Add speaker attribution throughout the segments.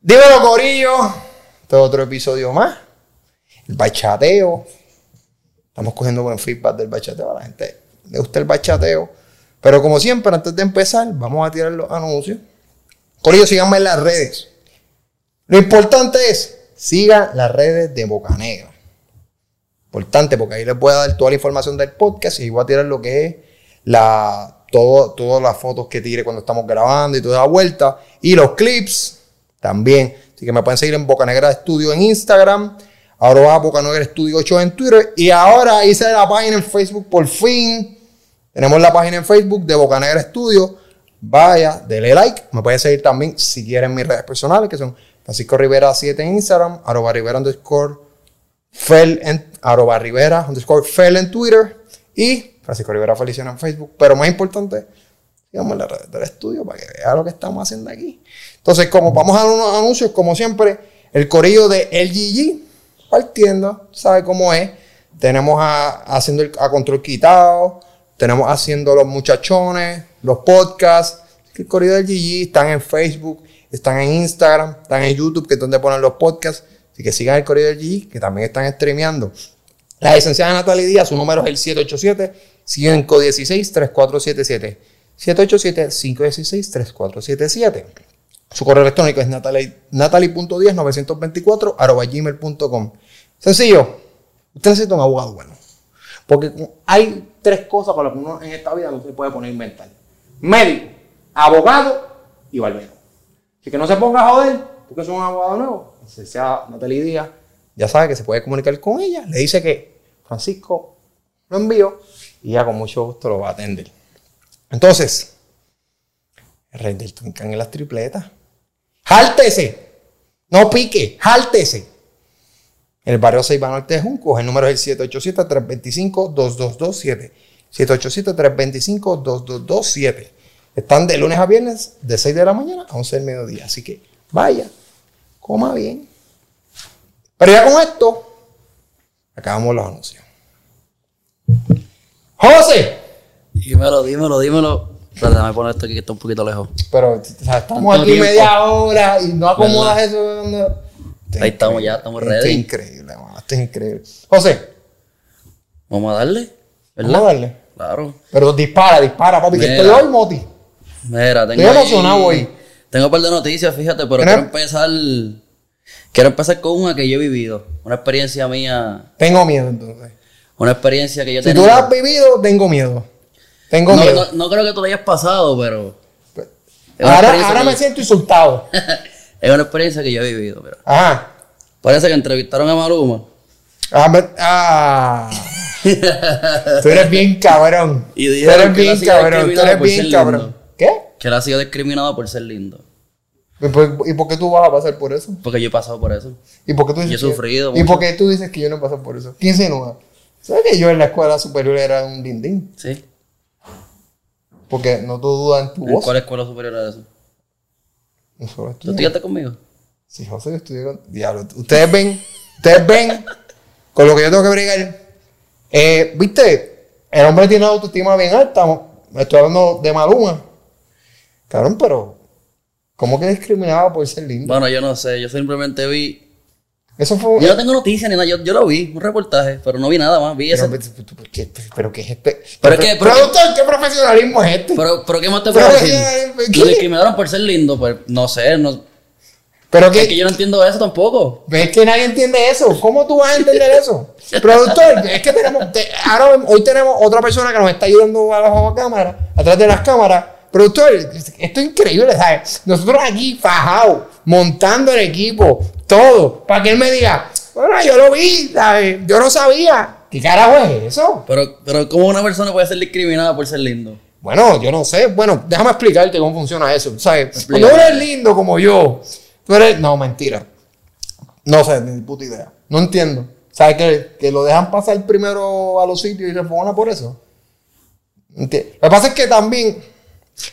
Speaker 1: Dímelo, Corillo. Este es otro episodio más. El bachateo. Estamos cogiendo buen feedback del bachateo. A la gente le gusta el bachateo. Pero como siempre, antes de empezar, vamos a tirar los anuncios. Corillo, síganme en las redes. Lo importante es, sigan las redes de Bocanegra. Importante, porque ahí les voy a dar toda la información del podcast y ahí voy a tirar lo que es la, todo, todas las fotos que tire cuando estamos grabando y toda la vuelta. Y los clips también. Así que me pueden seguir en Bocanegra Estudio en Instagram, arroba Bocanegra Estudio 8 en Twitter. Y ahora hice la página en Facebook por fin. Tenemos la página en Facebook de Bocanegra Estudio. Vaya, dele like. Me pueden seguir también si quieren mis redes personales, que son Francisco Rivera 7 en Instagram, arroba Rivera underscore Fel en, arroba Rivera underscore Fel en Twitter y Francisco Rivera Feliciano en Facebook. Pero más importante, digamos la red del estudio para que vea lo que estamos haciendo aquí. Entonces, como vamos a dar unos anuncios, como siempre, el corillo de LGG partiendo, sabe cómo es. Tenemos a, haciendo el, a control quitado, tenemos haciendo los muchachones, los podcasts. El corillo del GG están en Facebook, están en Instagram, están en YouTube, que es donde ponen los podcasts. Así que sigan el corillo del GG, que también están streameando. La licenciada Natalia Díaz, su número es el 787-516-3477. 787-516-3477. Su correo electrónico es natali- natali.diaz924 arroba gmail.com. Sencillo, usted necesita un abogado bueno. Porque hay tres cosas con las que uno en esta vida no se puede poner mental. Médico, abogado y barbero. Así que no se ponga a joder, porque es un abogado nuevo. Se sea Natalie Díaz, ya sabe que se puede comunicar con ella. Le dice que Francisco lo envió y ya con mucho gusto lo va a atender. Entonces, el rey del Twincán en las tripletas. ¡Jáltese! No pique, jáltese. En el barrio Seiba Norte de Junco, el número es el 787-325-2227. 787-325-2227. Están de lunes a viernes, de 6 de la mañana a 11 del mediodía. Así que vaya, coma bien. Pero ya con esto, acabamos los anuncios. ¡José!
Speaker 2: Dímelo, dímelo, dímelo. Espérate, déjame poner esto aquí que está un poquito lejos.
Speaker 1: Pero o sea, estamos
Speaker 2: Tanto
Speaker 1: aquí
Speaker 2: tiempo.
Speaker 1: media hora y no acomodas eso. ¿no?
Speaker 2: Ahí estamos ya, estamos
Speaker 1: Esto es
Speaker 2: ready.
Speaker 1: increíble, mano, esto es increíble. José,
Speaker 2: Vamos a darle, ¿verdad?
Speaker 1: vamos a darle.
Speaker 2: Claro.
Speaker 1: Pero dispara, dispara, papi, que
Speaker 2: Mira.
Speaker 1: estoy hoy, Moti.
Speaker 2: Mira, tengo.
Speaker 1: Estoy
Speaker 2: ahí-
Speaker 1: emocionado hoy.
Speaker 2: Tengo un par de noticias, fíjate, pero
Speaker 1: Mira.
Speaker 2: quiero empezar. Quiero empezar con una que yo he vivido. Una experiencia mía.
Speaker 1: Tengo miedo, entonces.
Speaker 2: Una experiencia que yo
Speaker 1: Si
Speaker 2: tenía.
Speaker 1: tú la has vivido, tengo miedo. Tengo
Speaker 2: no,
Speaker 1: miedo. Pues,
Speaker 2: no- no creo que tú la hayas pasado, pero. Es una
Speaker 1: Ahora,
Speaker 2: experiencia
Speaker 1: ahora
Speaker 2: que-
Speaker 1: me siento insultado.
Speaker 2: es una experiencia que yo he vivido, pero.
Speaker 1: Ajá.
Speaker 2: Parece que entrevistaron a Maluma.
Speaker 1: Ah, me- ah. tú eres bien cabrón.
Speaker 2: Y
Speaker 1: tú
Speaker 2: dijeron
Speaker 1: eres
Speaker 2: que la
Speaker 1: bien
Speaker 2: siga
Speaker 1: cabrón, tú
Speaker 2: discriminada
Speaker 1: eres
Speaker 2: por
Speaker 1: bien
Speaker 2: ser pues, lindo.
Speaker 1: cabrón. ¿Qué?
Speaker 2: Que él ha sido discriminado por ser lindo.
Speaker 1: ¿Y por, y por qué tú vas a pasar por eso?
Speaker 2: Porque yo he pasado por eso.
Speaker 1: ¿Y por qué tú
Speaker 2: Yo he
Speaker 1: dices
Speaker 2: sufrido
Speaker 1: que, ¿Y
Speaker 2: mucho.
Speaker 1: por qué tú dices que yo no paso por eso? ¿Quién se enoja? ¿Sabes que yo en la escuela superior era un lindín?
Speaker 2: ¿Sí?
Speaker 1: Porque no te dudas en tu
Speaker 2: ¿En
Speaker 1: voz.
Speaker 2: cuál escuela superior era eso?
Speaker 1: No solo
Speaker 2: ¿Tú
Speaker 1: estudié.
Speaker 2: estudiaste conmigo?
Speaker 1: Sí, José, yo estudié con... Diablo, ustedes ven, ustedes ven con lo que yo tengo que bregar. Eh, Viste, el hombre tiene una autoestima bien alta. Me estoy hablando de Maluma. Cabrón, pero... ¿Cómo que discriminaba por ser lindo?
Speaker 2: Bueno, yo no sé, yo simplemente vi.
Speaker 1: Eso fue...
Speaker 2: Yo no tengo noticias ni nada, yo, yo lo vi, un reportaje, pero no vi nada más, vi
Speaker 1: Pero,
Speaker 2: eso.
Speaker 1: pero, pero, ¿qué- pero qué es este...
Speaker 2: Pero es que- pero-
Speaker 1: Productor, ¿qué profesionalismo es este?
Speaker 2: Pero, pero ¿qué más te
Speaker 1: Pero,
Speaker 2: puedo
Speaker 1: eh,
Speaker 2: decir?
Speaker 1: ¿qué?
Speaker 2: Lo discriminaron por ser lindo, pues no sé, no,
Speaker 1: Pero
Speaker 2: es
Speaker 1: que,
Speaker 2: que yo no entiendo eso tampoco.
Speaker 1: ves que nadie entiende eso. ¿Cómo tú vas a entender eso? Productor, es que tenemos, te- ahora mismo- hoy tenemos otra persona que nos está ayudando abajo a cámara, atrás de las cámaras. Productor, esto es increíble, ¿sabes? Nosotros aquí fajados, montando el equipo, todo, para que él me diga, bueno, yo lo vi, ¿sabes? Yo no sabía. ¿Qué carajo es eso?
Speaker 2: Pero, pero ¿cómo una persona puede ser discriminada por ser lindo?
Speaker 1: Bueno, yo no sé. Bueno, déjame explicarte cómo funciona eso. ¿Sabes?
Speaker 2: Explícame.
Speaker 1: Cuando eres lindo como yo, tú eres. No, mentira. No sé, ni puta idea. No entiendo. ¿Sabes que, que lo dejan pasar primero a los sitios y se enfogona por eso? Enti- Lo que pasa es que también.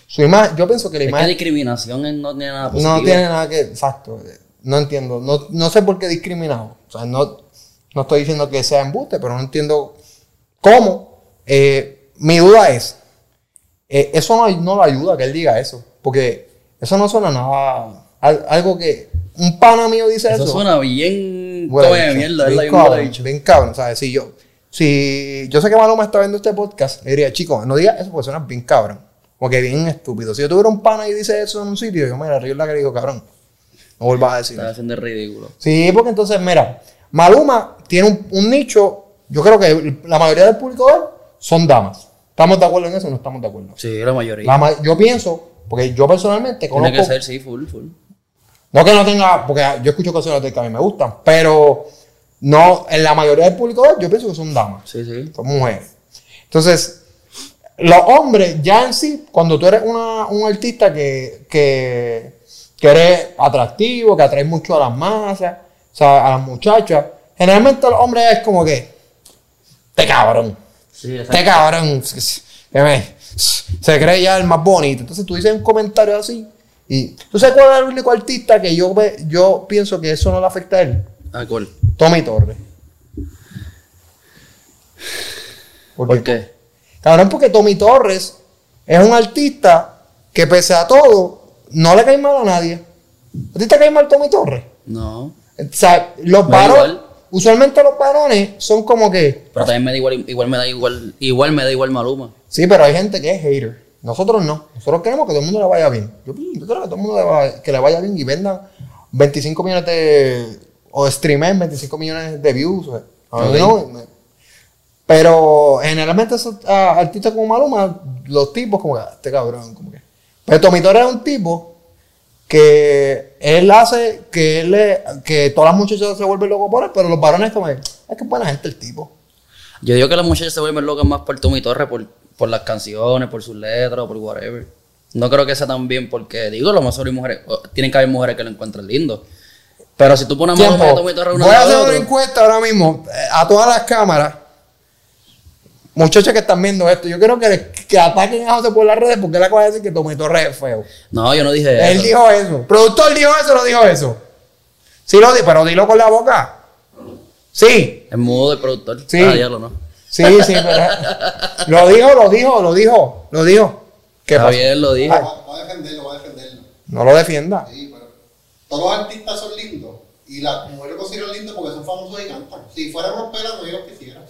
Speaker 1: Su imagen, yo pienso que la
Speaker 2: Es que
Speaker 1: imagen
Speaker 2: discriminación es- no tiene nada positivo.
Speaker 1: no tiene nada que. Exacto. No entiendo. No, no sé por qué discriminado. O sea, no, no estoy diciendo que sea embuste, pero no entiendo cómo. Eh, mi duda es: eh, eso no, no lo ayuda que él diga eso. Porque eso no suena nada. al- algo que un pana mío dice eso.
Speaker 2: Eso suena bien.
Speaker 1: Huele
Speaker 2: come de
Speaker 1: bicho,
Speaker 2: mierda,
Speaker 1: bien
Speaker 2: ¿verdad? Bien huele
Speaker 1: cabrón,
Speaker 2: bicho.
Speaker 1: bien cabrón, ¿sabes? Si yo, si yo sé que Maluma está viendo este podcast, le diría, chicos, no digas eso porque suena bien cabrón. Porque bien estúpido. Si yo tuviera un pana y dice eso en un sitio, yo me la río en la que le digo, cabrón. No vuelvas a decir.
Speaker 2: Estás haciendo el ridículo.
Speaker 1: Sí, porque entonces, mira, Maluma tiene un, un nicho, yo creo que el- la mayoría del público de él son damas. ¿Estamos de acuerdo en eso o no estamos de acuerdo?
Speaker 2: Sí, la mayoría.
Speaker 1: La ma- yo pienso, porque yo personalmente
Speaker 2: Tiene que
Speaker 1: Ah, conozco...
Speaker 2: ser, sí, full, full.
Speaker 1: No que no tenga, porque yo escucho canciones de él que a mí me gustan, pero no, en la mayoría del público de él, yo pienso que son damas,
Speaker 2: Sí, sí.
Speaker 1: son mujeres. Entonces, los hombres ya en sí, cuando tú eres una, un artista que, que, que eres atractivo, que atraes mucho a las masas, o sea, a las muchachas, generalmente los hombres es como que, te cabrón,
Speaker 2: Sí,
Speaker 1: este cabrón que me- se cree ya el más bonito. Entonces tú dices un comentario así. Y, ¿Tú sabes cuál es el único artista que yo, ve- yo pienso que eso no le afecta a él?
Speaker 2: Ah, cool.
Speaker 1: Tommy Torres. ¿Por qué?
Speaker 2: ¿Por qué?
Speaker 1: Cabrón, porque Tommy Torres es un artista que pese a todo, no le cae mal a nadie. ¿A ti te cae mal Tommy Torres?
Speaker 2: No.
Speaker 1: O sea, los
Speaker 2: Me da
Speaker 1: varones,
Speaker 2: igual.
Speaker 1: usualmente los varones son como que...
Speaker 2: Pero también me da igual, igual me da igual, igual me da igual Maluma.
Speaker 1: Sí, pero hay gente que es hater. Nosotros no. Nosotros queremos que todo el mundo le vaya bien. Yo, yo creo que todo el mundo le va- que le vaya bien y vendan 25 millones de. o streamen 25 millones de views. o sea, a mí no, me- pero generalmente esos ah, artistas como Maluma, los tipos como que, "Ah, este cabrón, como que. Pero Tommy Torres es un tipo que él hace que él le- que todas las muchachas se vuelven locos por él, pero los varones como, que, es que es buena gente el tipo.
Speaker 2: Yo digo que las muchachas se vuelven locas más por Tommy Torres, por, por las canciones, por sus letras, por whatever. No creo que sea tan bien porque, digo, lo más sobre mujeres, o- tienen que haber mujeres que lo encuentren lindo. Pero si tú pones a Maluma y a
Speaker 1: Tiempo.
Speaker 2: Tommy Torres una
Speaker 1: Voy a
Speaker 2: al
Speaker 1: hacer
Speaker 2: otro,
Speaker 1: una encuesta ahora mismo eh, a todas las cámaras. Muchachas que están viendo esto, yo quiero que, le- que ataquen a José por las redes porque él acaba de decir que Tommy Torres es feo.
Speaker 2: No, yo no dije
Speaker 1: Él
Speaker 2: eso.
Speaker 1: dijo eso. ¿Productor dijo eso o no dijo eso? Sí lo dijo, pero dilo con la boca. Sí,
Speaker 2: Es mudo el productor.
Speaker 1: Sí.
Speaker 2: Ah, diablo, no.
Speaker 1: sí, sí. pero- lo dijo, lo dijo, lo dijo, lo dijo. ¿Qué
Speaker 2: Está
Speaker 1: pasó?
Speaker 2: bien, lo dije.
Speaker 1: Ah.
Speaker 3: Voy a defenderlo, voy a defenderlo.
Speaker 1: No lo defienda.
Speaker 3: Sí, pero todos los artistas son lindos. Y las mujeres lo consideran lindo porque son famosos y cantan. Si fueran rompera, no yo lo quisiera.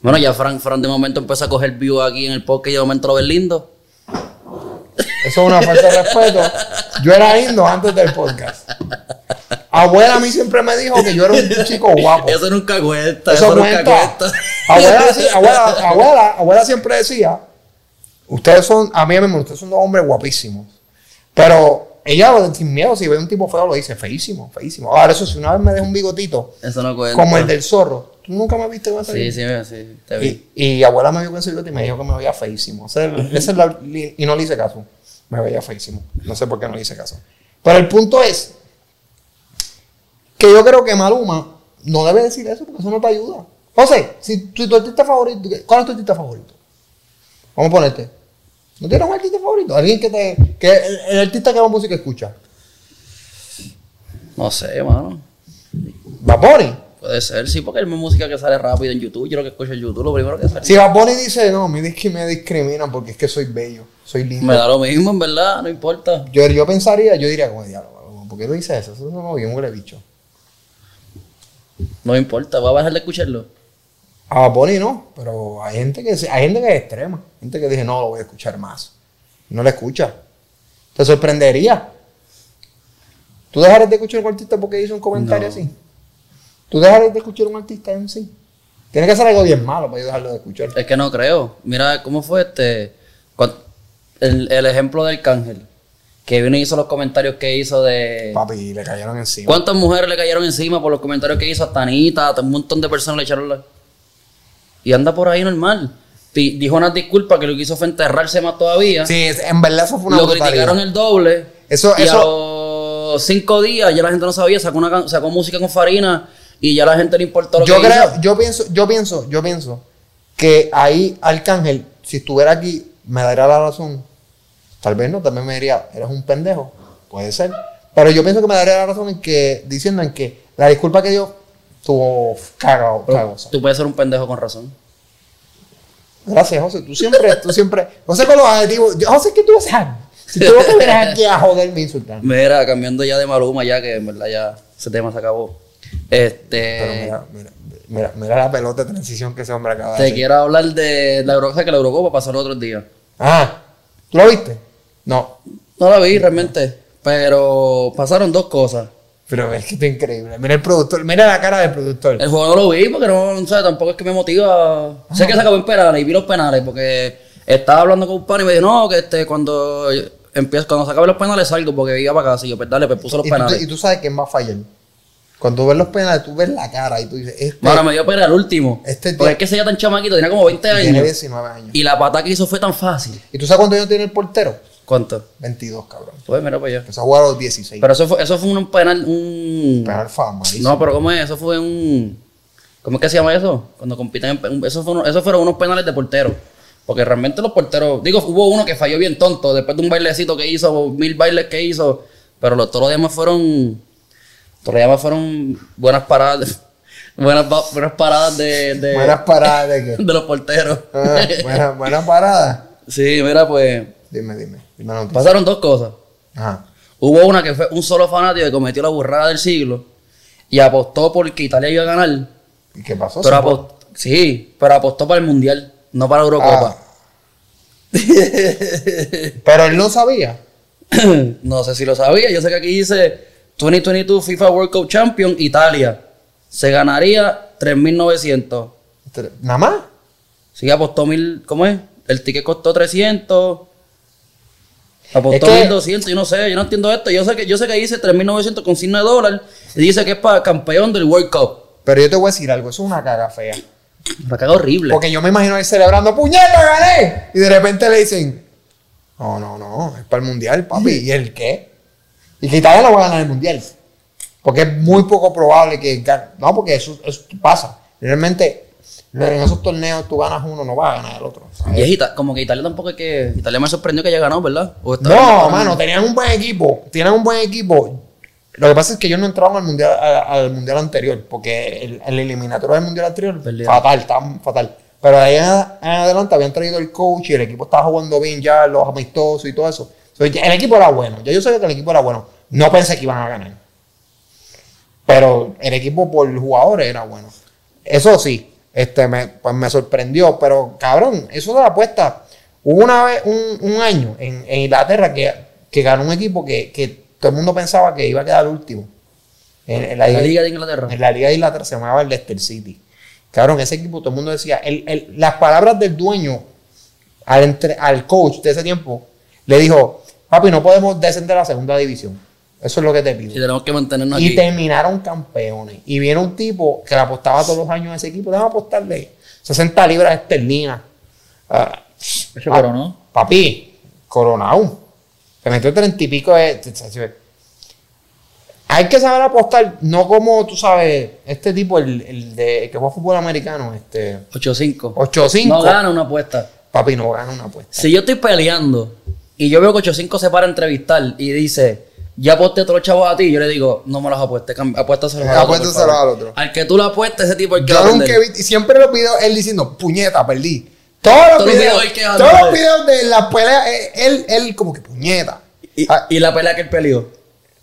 Speaker 2: Bueno, ya Fran, Fran de momento empezó a coger view aquí en el podcast y de momento lo ves lindo.
Speaker 1: Eso es una falta de respeto. Yo era lindo antes del podcast. Abuela a mí siempre me dijo que yo era un chico guapo.
Speaker 2: Eso nunca cuesta, eso,
Speaker 1: Eso
Speaker 2: nunca
Speaker 1: cuenta.
Speaker 2: cuesta.
Speaker 1: Abuela, sí, abuela, abuela, abuela siempre decía, ustedes son, a mí mismo, ustedes son dos hombres guapísimos. Pero ella lo sin miedo, si ve un tipo feo, lo dice, feísimo, feísimo. Ahora, eso, si una vez me deja un bigotito,
Speaker 2: Eso no cuenta.
Speaker 1: como el del zorro, tú nunca me viste con ese
Speaker 2: Sí,
Speaker 1: bigote?
Speaker 2: sí, sí, te vi.
Speaker 1: Y, y abuela me vio con ese bigote y me dijo que me veía feísimo. Esa es- esa es la- y no le hice caso. Me veía feísimo. No sé por qué no le hice caso. Pero el punto es que yo creo que Maluma no debe decir eso porque eso no te ayuda. José, si tu, tu artista favorito, ¿cuál es tu artista favorito? Vamos a ponerte. ¿No tienes un artista favorito? Alguien que te. Que el, el artista que más música escucha.
Speaker 2: No sé, mano.
Speaker 1: Bad Bunny.
Speaker 2: Puede ser, sí, porque es mi música que sale rápido en YouTube. Yo lo que escucho en YouTube, lo primero que sale.
Speaker 1: Si Bad Bunny dice, no, me, disc- me discriminan porque es que soy bello, soy lindo.
Speaker 2: Me da lo mismo, en verdad, no importa.
Speaker 1: Yo, yo pensaría, yo diría, como diálogo, ¿por qué tú dices eso? Eso no es bien huele bicho.
Speaker 2: No me importa, va a bajar de escucharlo.
Speaker 1: A Bad Bunny no, pero hay gente que se- hay gente que es extrema, gente que dice, no, lo voy a escuchar más. No lo escucha. Te sorprendería. ¿Tú dejarías de escuchar a un artista porque hizo un comentario
Speaker 2: No.
Speaker 1: así? ¿Tú dejarías de escuchar a un artista en sí? Tiene que ser algo bien malo para yo dejarlo de escuchar.
Speaker 2: Es que no creo. Mira, ¿cómo fue este? cuan- El, el ejemplo del cángel. Que vino y hizo los comentarios que hizo de.
Speaker 1: Papi, le cayeron encima.
Speaker 2: ¿Cuántas mujeres le cayeron encima por los comentarios que hizo a Tanita? A un montón de personas le echaron la. Y anda por ahí normal. Di- Dijo unas disculpas que lo que hizo fue enterrarse más todavía.
Speaker 1: Sí, es- en verdad eso fue una
Speaker 2: lo
Speaker 1: brutalidad.
Speaker 2: criticaron el doble.
Speaker 1: Eso-
Speaker 2: y a los cinco días ya la gente no sabía, sacó, una, can- sacó música con Farina y ya la gente le importó lo
Speaker 1: yo
Speaker 2: que
Speaker 1: creo,
Speaker 2: hizo.
Speaker 1: yo pienso, yo pienso, yo pienso que ahí Arcángel, si estuviera aquí, me daría la razón. Tal vez no, también me diría, eres un pendejo. Puede ser. Pero yo pienso que me daría la razón en que, diciendo en que la disculpa que dio estuvo cagado, cagosa.
Speaker 2: Tú puedes ser un pendejo con razón.
Speaker 1: Gracias, José. Tú siempre, tú siempre. José, con los adjetivos. yo- José, ¿qué tú haces? Si tú no te vienes aquí a joderme insultando.
Speaker 2: Mira, cambiando ya de Maluma, ya que en verdad ya ese tema se acabó.
Speaker 1: Pero
Speaker 2: Este.
Speaker 1: mira, mira, mira, mira la pelota de transición que ese hombre acaba de
Speaker 2: Te
Speaker 1: hacer.
Speaker 2: quiero hablar de la Eurocopa, que la Eurocopa pasó los otros días.
Speaker 1: Ah, ¿tú lo viste? No.
Speaker 2: No la vi realmente, pero pasaron dos cosas.
Speaker 1: Pero es que está increíble. Mira el productor, mira la cara del productor.
Speaker 2: El juego no lo vi porque no, no sé, tampoco es que me motiva. Sé que se acabó en penales y vi los penales porque estaba hablando con un pan y me dijo, no, que este, cuando empiezo, cuando se acaben los penales salgo porque iba para casa y yo, pues dale, pues puso los
Speaker 1: Y tú,
Speaker 2: penales.
Speaker 1: y tú sabes que es más fallar. Cuando ves los penales, tú ves la cara y tú dices, este
Speaker 2: Mano, me dio pena el último.
Speaker 1: Este tío-
Speaker 2: porque es que ese ya tan chamaquito, tenía como 20
Speaker 1: tiene
Speaker 2: años.
Speaker 1: 19 años.
Speaker 2: Y la pata que hizo fue tan fácil.
Speaker 1: ¿Y tú sabes cuántos años tiene el portero?
Speaker 2: ¿Cuánto?
Speaker 1: 22, cabrón.
Speaker 2: Pues mira para allá.
Speaker 1: Empezó a jugar a los 16.
Speaker 2: Pero eso fue, eso fue un penal, un.
Speaker 1: Penal fama. ¿sí?
Speaker 2: No, pero ¿cómo es? Eso fue un. ¿Cómo es que se llama eso? Cuando compiten. en pe- un- Eso, fueron, esos fueron unos penales de portero. Porque realmente los porteros. Digo, hubo uno que falló bien tonto después de un bailecito que hizo, mil bailes que hizo. Pero los, todos los demás fueron. Todos los demás fueron buenas paradas. Buenas, ba- buenas paradas de, de,
Speaker 1: Buenas paradas de qué.
Speaker 2: de los porteros.
Speaker 1: Ah, buenas, buenas paradas.
Speaker 2: Sí, mira, pues.
Speaker 1: Dime, dime. Dime la noticia.
Speaker 2: Pasaron dos cosas.
Speaker 1: Ajá.
Speaker 2: Hubo una que fue un solo fanático que cometió la burrada del siglo y apostó porque Italia iba a ganar.
Speaker 1: ¿Y qué pasó?
Speaker 2: Pero
Speaker 1: Se fue.
Speaker 2: apos- sí, pero apostó para el Mundial, no para la Eurocopa.
Speaker 1: Ah. Pero él no sabía.
Speaker 2: no sé si lo sabía, yo sé que aquí dice 2022 FIFA World Cup Champion Italia. Se ganaría 3.900.
Speaker 1: Tre- Nada más.
Speaker 2: Sí, apostó 1.000, ¿cómo es? El ticket costó 300.
Speaker 1: Es
Speaker 2: Apostó
Speaker 1: que-
Speaker 2: 1.200, yo no sé, yo no entiendo esto. Yo sé que, yo sé que dice 3.900 con signo de dólar y dice que es para campeón del World Cup.
Speaker 1: Pero yo te voy a decir algo. Eso es una caga fea.
Speaker 2: Una caga horrible.
Speaker 1: Porque yo me imagino a él celebrando, ¡puñeta, gané! Y de repente le dicen, no, no, no, es para el mundial, papi. ¿Y el qué? Y que Italia no va a ganar el mundial. Porque es muy poco probable que gane. No, porque eso, eso pasa. Realmente, en esos torneos tú ganas uno, no vas a ganar el otro.
Speaker 2: Y
Speaker 1: ¿sabes?
Speaker 2: es Ita- como que Italia tampoco es que. Italia me sorprendió que haya ganado, ¿verdad? O está-
Speaker 1: No, mano, tenían un buen equipo. Tienen un buen equipo. Lo que pasa es que ellos no entraron al mundial, a- al mundial anterior, porque el, el eliminatorio del mundial anterior,
Speaker 2: Perdieron.
Speaker 1: fatal, tan fatal. Pero de ahí en, ad- en adelante habían traído el coach y el equipo estaba jugando bien ya, los amistosos y todo eso. So, ya el equipo era bueno. Ya yo sabía que el equipo era bueno. No pensé que iban a ganar. Pero el equipo por jugadores era bueno. Eso sí, este me, pues me sorprendió, pero cabrón, eso de la apuesta. Hubo una vez, un, un año en, en Inglaterra que, que ganó un equipo que, que todo el mundo pensaba que iba a quedar último. En, en
Speaker 2: La Liga de Inglaterra.
Speaker 1: en la Liga de Inglaterra se llamaba el Leicester City. Cabrón, ese equipo todo el mundo decía, el- el- las palabras del dueño al, entre- al coach de ese tiempo, le dijo, papi, no podemos descender a la segunda división. Eso es lo que te pido.
Speaker 2: Si tenemos que mantenernos
Speaker 1: Y
Speaker 2: aquí.
Speaker 1: terminaron campeones. Y viene un tipo que le apostaba todos los años a ese equipo. Déjame apostarle 60 libras esterlinas. Ah,
Speaker 2: Eso coronó.
Speaker 1: Papi, coronado. Se metió 30 y pico de... de- de- de- Hay que saber apostar, no como, tú sabes, este tipo, el, el de, el que juega fútbol americano, este...
Speaker 2: 8-5.
Speaker 1: 8-5.
Speaker 2: No gana una apuesta.
Speaker 1: Papi, no gana una apuesta.
Speaker 2: Si yo estoy peleando y yo veo que 8-5 se para a entrevistar y dice, ya aposté otro chavo a ti, yo le digo, no me las apuestes, apuestas a
Speaker 1: Apuéstaselos al otro.
Speaker 2: Al que tú lo apuestes, ese tipo es el que va
Speaker 1: Yo
Speaker 2: a
Speaker 1: nunca
Speaker 2: perder.
Speaker 1: he visto, y siempre los videos él diciendo, puñeta, perdí. Todos los
Speaker 2: Todos los
Speaker 1: videos,
Speaker 2: videos él quejándose.
Speaker 1: todos los videos de la pelea, él, él, él como que puñeta.
Speaker 2: Y,
Speaker 1: Ah,
Speaker 2: y la pelea que él peleó.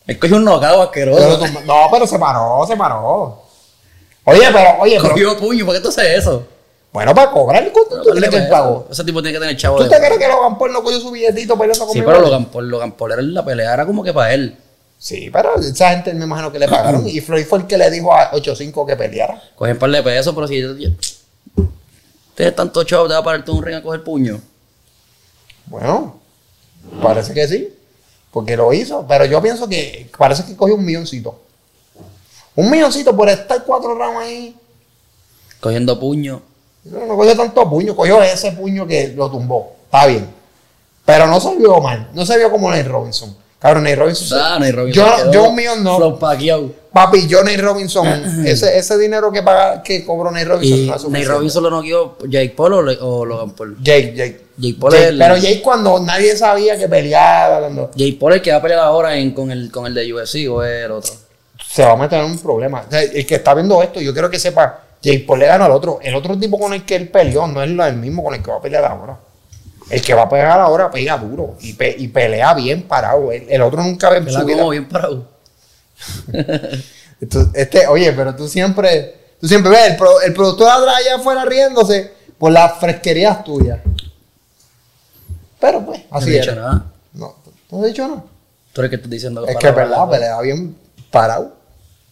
Speaker 2: El coño es un nocao
Speaker 1: pero
Speaker 2: asqueroso.
Speaker 1: tú- no, pero se paró, se paró. Oye, pero, oye, pero,
Speaker 2: Cogió puño, ¿por qué tú haces eso?
Speaker 1: bueno, para cobrar, ¿cuánto tú crees que él pagó?
Speaker 2: Ese tipo tiene que tener chavo
Speaker 1: ¿Tú
Speaker 2: de
Speaker 1: te
Speaker 2: más.
Speaker 1: crees que Logan Paul no cogió su billetito para irse a
Speaker 2: Sí,
Speaker 1: comer?
Speaker 2: pero
Speaker 1: bola?
Speaker 2: Logan Paul, Logan Paul era la pelea, era como que para él.
Speaker 1: Sí, pero esa gente me imagino que le pagaron. Y Floyd fue el que le dijo a 8-5 que peleara.
Speaker 2: Cogen un par de pesos, pero si yo- yo- tienes tanto show, te va a pararte un ring a coger puño.
Speaker 1: Bueno, parece que sí. Porque lo hizo. Pero yo pienso que parece que cogió un milloncito. Un milloncito por estar cuatro rounds ahí.
Speaker 2: Cogiendo puño.
Speaker 1: No, no cogió tanto puño. Cogió ese puño que lo tumbó. Está bien. Pero no se vio mal. No se vio como Nate Robinson. Cabrón, Nate Robinson. se-
Speaker 2: Ah, no, y Robin
Speaker 1: Yo,
Speaker 2: se quedó
Speaker 1: yo un millón no.
Speaker 2: Flow Pacquiao.
Speaker 1: Papi, yo Nate Robinson. ese, ese dinero que, paga, que cobró Nate Robinson
Speaker 2: Y
Speaker 1: no es
Speaker 2: Nate
Speaker 1: suficiente.
Speaker 2: Robinson lo noqueó Jake Paul o, le- o Logan Paul.
Speaker 1: Jake, Jake.
Speaker 2: Jake Paul es el-
Speaker 1: pero Jake cuando nadie sabía que peleaba, cuando
Speaker 2: Jake Paul es el que va a pelear ahora en- con, el, con el de UFC o es el otro.
Speaker 1: se va a meter en un problema. O sea, el que está viendo esto, yo quiero que sepa, Jake Paul le ganó al otro. El otro tipo con el que él peleó no es lo- el mismo con el que va a pelear ahora. El que va a pegar ahora pega duro y, pe- y pelea bien parado. El, el otro nunca ve en
Speaker 2: Pela
Speaker 1: su vida.
Speaker 2: como bien parado.
Speaker 1: Tú- este, oye, pero tú siempre, tú siempre ves, el, pro- el productor atrás allá afuera riéndose por las fresquerías tuyas. Pero pues,
Speaker 2: no
Speaker 1: así
Speaker 2: he
Speaker 1: es.
Speaker 2: dicho nada.
Speaker 1: No, no he dicho nada.
Speaker 2: Tú eres que estás diciendo
Speaker 1: Es que es verdad,
Speaker 2: parado, parado.
Speaker 1: pelea bien parado.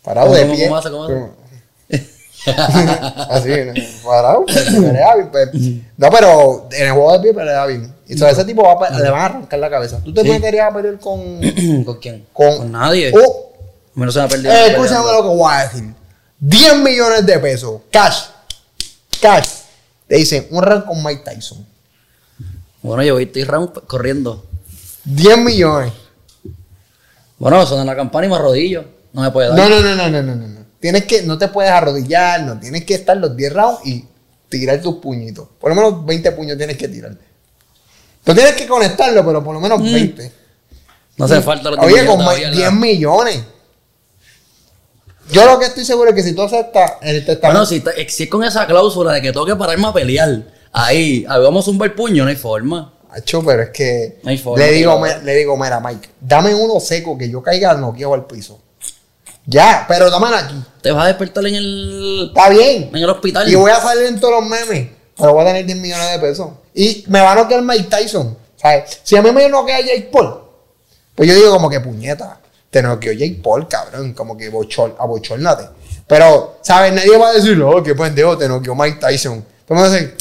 Speaker 1: Parado
Speaker 2: ¿Cómo,
Speaker 1: de
Speaker 2: cómo,
Speaker 1: pie.
Speaker 2: cómo hace, cómo hace?
Speaker 1: Así, ¿no? parado. Pelea bien. pe- pues. No, pero en el juego de pie pelea bien. Y entonces ese tipo va a pe- le van a arrancar la cabeza. ¿Tú te
Speaker 2: Sí.
Speaker 1: meterías a pelear con...?
Speaker 2: ¿Con quién?
Speaker 1: Con-
Speaker 2: nadie.
Speaker 1: Oh,
Speaker 2: A mí no se me ha perdido.
Speaker 1: Eh,
Speaker 2: peleando.
Speaker 1: escúchame lo que voy a decir. 10 millones de pesos. Cash. Cash. Te dicen un round con Mike Tyson.
Speaker 2: Bueno, yo voy estoy round p- corriendo.
Speaker 1: 10 millones.
Speaker 2: Bueno, son en la campana y me arrodillo. No me puede dar.
Speaker 1: No, no, no, no, no, no, no, no. Tienes que, no te puedes arrodillar, no tienes que estar los 10 rounds y tirar tus puñitos. Por lo menos 20 puños tienes que tirar. No tienes que conectarlo, pero por lo menos 20.
Speaker 2: Mm. No hace falta lo que
Speaker 1: Mm. Oye,
Speaker 2: me
Speaker 1: con
Speaker 2: todavía en la-
Speaker 1: 10 millones. Yo lo que estoy seguro es que si tú aceptas el testamento.
Speaker 2: Bueno, si, está- si es con esa cláusula de que tengo que pararme a pelear, ahí, ahí vamos a zumbar el puño, no hay forma.
Speaker 1: Acho, pero es que
Speaker 2: No hay forma,
Speaker 1: le digo,
Speaker 2: tío.
Speaker 1: me- le digo, mira, Mike, dame uno seco que yo caiga noqueo al piso. Ya, pero dame aquí.
Speaker 2: Te vas a despertar en el,
Speaker 1: Está bien.
Speaker 2: en el hospital.
Speaker 1: Y voy a salir en todos los memes. Pero voy a tener 10 millones de pesos. Y me va a noquear Mike Tyson. ¿Sabes? Si a mí me noquea Jake Paul, pues yo digo como que puñeta. Te noqueó Jake Paul, cabrón. Como que bochor, abochornate. Pero, ¿sabes? Nadie va a decir, oh, qué pendejo, te noqueó Mike Tyson. Todo el mundo dice,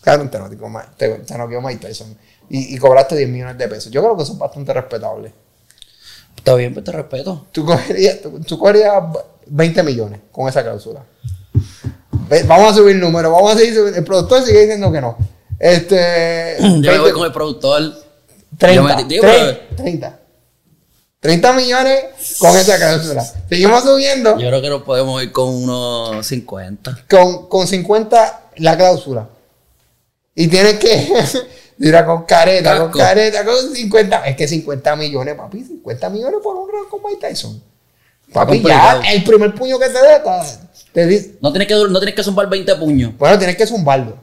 Speaker 1: cabrón, te noqueó, Mike- te, te noqueó Mike Tyson. Y, y cobraste 10 millones de pesos. Yo creo que eso es bastante respetable.
Speaker 2: Está bien, pues te respeto.
Speaker 1: Tú cogerías, tú, tú cogerías 20 millones con esa cláusula. Ve- Vamos a subir números, vamos a seguir subiendo. El productor sigue diciendo que no. Este.
Speaker 2: Yo me voy
Speaker 1: 20,
Speaker 2: con el productor.
Speaker 1: 30,
Speaker 2: yo me- digo,
Speaker 1: tre- 30. 30 millones con esa cláusula. Seguimos subiendo
Speaker 2: Yo creo que nos podemos ir con unos 50.
Speaker 1: con, con 50 la cláusula. Y tienes que. Mira, con careta,
Speaker 2: Casco.
Speaker 1: con careta, con 50. Es que 50 millones, papi. 50 millones por un round con Mike Tyson. Papi, ya
Speaker 2: complicado.
Speaker 1: el primer puño que te dé, ta- te dice.
Speaker 2: No tienes que, no tienes que zumbar 20 puños.
Speaker 1: Bueno, tienes que zumbarlo.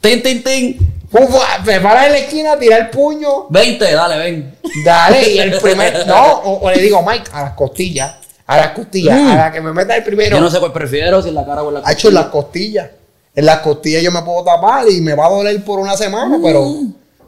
Speaker 2: Tin, tin, tin.
Speaker 1: Ufa, te paras en la esquina, tira el puño,
Speaker 2: 20, dale, ven.
Speaker 1: dale, y el primer. No, o, o le digo, Mike, a las costillas, a las costillas,
Speaker 2: Mm.
Speaker 1: a la que me meta el primero.
Speaker 2: Yo no sé cuál prefiero, si en la cara o en la
Speaker 1: Ha hecho en las costillas. En las costillas yo me puedo tapar y me va a doler por una semana, pero,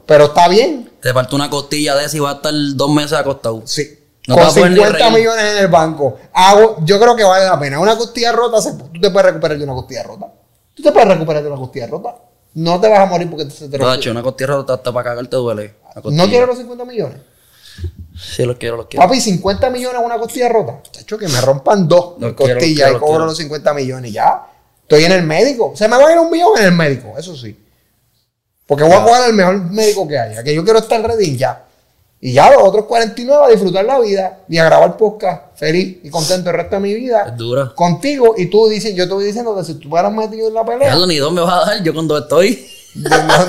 Speaker 1: pero está bien.
Speaker 2: Te falta una costilla de esa y va a estar dos meses acostado.
Speaker 1: Sí.
Speaker 2: No
Speaker 1: Con
Speaker 2: vas a poder ni
Speaker 1: 50
Speaker 2: reír.
Speaker 1: millones en el banco. Hago, yo creo que vale la pena. Una costilla rota, se- tú te puedes recuperar de una costilla rota. Tú te puedes recuperar de una costilla rota. No te vas a morir porque se te
Speaker 2: Pero, Tacho, una costilla rota hasta para cagar te duele. La
Speaker 1: ¿No
Speaker 2: costilla.
Speaker 1: quieres los 50 millones?
Speaker 2: Sí, los quiero, los quiero.
Speaker 1: Papi, 50 millones una costilla rota. Chacho, que me rompan dos
Speaker 2: Los quiero, los
Speaker 1: costillas
Speaker 2: quiero,
Speaker 1: y
Speaker 2: los
Speaker 1: cobro
Speaker 2: quiero.
Speaker 1: los 50 millones y ya. Estoy en el médico. Se me va a ir un millón en el médico, eso sí. Porque voy a coger el mejor médico que haya. Que yo quiero estar ready ya. Y ya los otros 49 a disfrutar la vida y a grabar podcast feliz y contento el resto de mi vida
Speaker 2: Es dura.
Speaker 1: contigo. Y tú dices, yo te voy diciendo que si tú fueras metido en la pelea.
Speaker 2: Carlos, ni dos me vas a dar yo cuando estoy.
Speaker 1: No, no,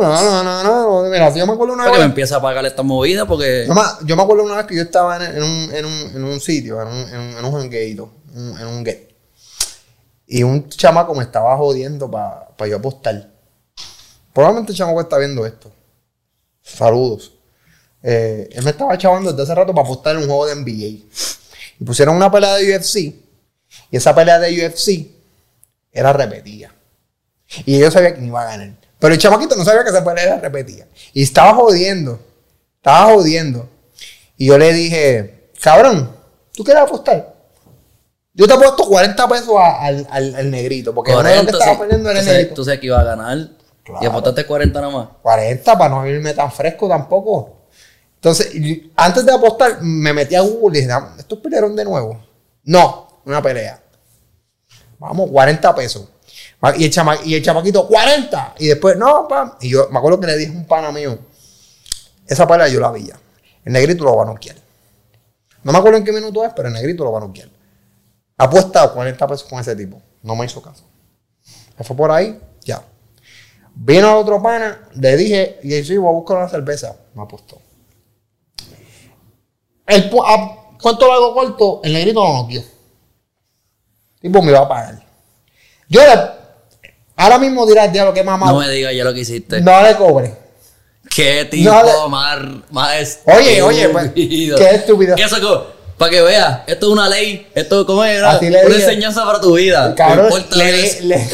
Speaker 1: no, no, no, no. Mira, si yo me acuerdo una
Speaker 2: Para que me
Speaker 1: vez.
Speaker 2: empiece a pagar esta movida porque.
Speaker 1: Yo me, yo me acuerdo una vez que yo estaba en, en un, en, un, en un sitio, en un, en un, en un jangueíto, un- en un gay. Y un chamaco me estaba jodiendo para yo apostar. Probablemente el chamaco está viendo esto. Saludos. Eh, él me estaba chavando desde hace rato para apostar en un juego de NBA. Y pusieron una pelea de UFC. Y esa pelea de UFC era repetida. Y yo sabía que no iba a ganar. Pero el chamaquito no sabía que esa pelea era repetida. Y estaba jodiendo. Estaba jodiendo. Y yo le dije, cabrón, ¿tú quieres apostar? Yo te apuesto 40 pesos a- al, al- al negrito. Porque yo no era el que
Speaker 2: Correcto,
Speaker 1: estaba
Speaker 2: sí.
Speaker 1: perdiendo era
Speaker 2: Tú
Speaker 1: el
Speaker 2: sabes-
Speaker 1: negrito.
Speaker 2: tú sabes que iba a ganar. Y
Speaker 1: Claro.
Speaker 2: apostaste 40 nada más.
Speaker 1: 40 para no irme tan fresco tampoco. Entonces, y- antes de apostar, me metí a Google y dije, "Dam- ¿estos pelearon de nuevo? No, una pelea. Vamos, 40 pesos. Ma- Y el, chama, y el chamaquito, 40. Y después, no, pam. Y yo me acuerdo que le dije a un pana mío, esa pelea yo la vi ya. El negrito lo va a noquear. No me acuerdo en qué minuto es, pero el negrito lo va a noquear. Apuesta 40 pesos con ese tipo. No me hizo caso. Se fue por ahí, ya. Vino otro pana, le dije, y yo sí, voy a buscar una cerveza. Me apostó. El, pu- a- ¿Cuánto lo hago corto? El negrito no nos dio. Tipo, me iba a pagar. Yo le, Ahora mismo dirás, ya lo que mamá.
Speaker 2: No este.
Speaker 1: No,
Speaker 2: me digas ya lo que hiciste.
Speaker 1: le cobre.
Speaker 2: Qué tipo
Speaker 1: No le-
Speaker 2: más, más
Speaker 1: Oye, oye, pues,
Speaker 2: estúpido.
Speaker 1: qué estúpido.
Speaker 2: Eso para que veas, esto es una ley, esto como es
Speaker 1: A
Speaker 2: una,
Speaker 1: ti le
Speaker 2: una
Speaker 1: dije-
Speaker 2: enseñanza para tu vida.
Speaker 1: Cabrón,
Speaker 2: No importa
Speaker 1: le,
Speaker 2: eso.
Speaker 1: di- le,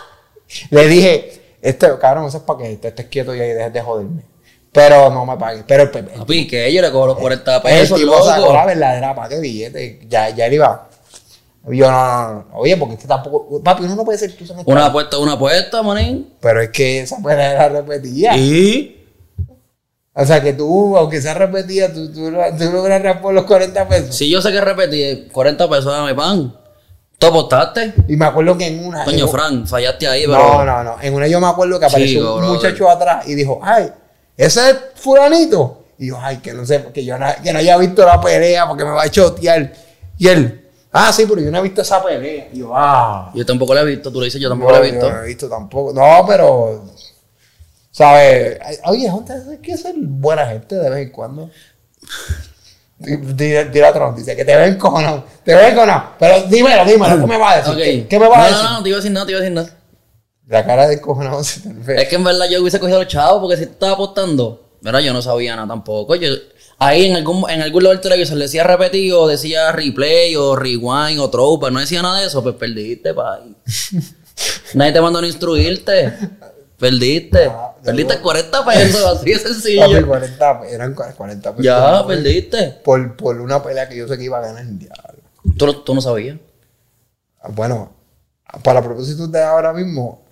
Speaker 1: le dije, este, cabrón, eso es para que te estés quieto y ahí dejes de joderme. Pero no me pagues. Pero el, el,
Speaker 2: Papi, que ella le cobró los 40
Speaker 1: el
Speaker 2: pesos,
Speaker 1: tipo sacó la
Speaker 2: loco.
Speaker 1: verdadera pa' de billete. Ya, ya él iba. Y Yo, no, no, no, no. Oye, porque es que tampoco. Papi, uno no puede ser tú. ¿sabes?
Speaker 2: Una apuesta, una apuesta, manín.
Speaker 1: Pero es que esa manera era repetida.
Speaker 2: Y
Speaker 1: O sea, que tú, aunque sea repetida, tú, tú, lo- tú logras raspar los 40 pesos.
Speaker 2: si yo sé que repetí 40 pesos, dame pan. ¿Tú apostaste?
Speaker 1: Y me acuerdo que en una.
Speaker 2: Coño,
Speaker 1: en-
Speaker 2: Fran, fallaste ahí, pero.
Speaker 1: No, no, no. En una yo me acuerdo que apareció
Speaker 2: Chico,
Speaker 1: un
Speaker 2: brother.
Speaker 1: muchacho atrás y dijo, ay, ese es fulanito. Y yo, ay, que no sé, que yo no, que no haya visto la pelea porque me va a chotear. Y él, ah, sí, pero yo no he visto esa pelea. Y yo, ah.
Speaker 2: Yo tampoco la he visto, tú lo dices, yo tampoco
Speaker 1: no,
Speaker 2: la he visto.
Speaker 1: yo no he visto tampoco. No, pero, ¿sabes? Ay, Oye, Jonte, hay que ser buena gente de vez en cuando. Di- di- Dile a Trump, dice que te ven cojonado, te ven cojonado, pero dímelo, dímelo, ¿qué me vas a decir?
Speaker 2: Ok.
Speaker 1: Ah, ¿Qué, qué me vas a
Speaker 2: no,
Speaker 1: decir?
Speaker 2: No, no, no, te iba a decir nada, te iba a decir nada.
Speaker 1: La cara de cojonado se te ve.
Speaker 2: Es que en verdad yo hubiese cogido a los chavos porque si tú estabas apostando, ¿verdad? Yo no sabía nada tampoco. Yo, ahí en algún, en algún lugar del televisor decía repetido, o decía replay o rewind o throw, pero no decía nada de eso, pues perdiste, pay. Nadie te mandó a instruirte. Perdiste.
Speaker 1: Ah, de
Speaker 2: perdiste
Speaker 1: nuevo.
Speaker 2: 40 pesos, así de
Speaker 1: Papi,
Speaker 2: sencillo.
Speaker 1: 40, pe- eran 40 pesos.
Speaker 2: Ya,
Speaker 1: ¿no?
Speaker 2: perdiste.
Speaker 1: Por, por una pelea que yo sé que iba a ganar el diablo. Ah,
Speaker 2: Tú, no- tú no sabías.
Speaker 1: Bueno, para propósito de ahora mismo,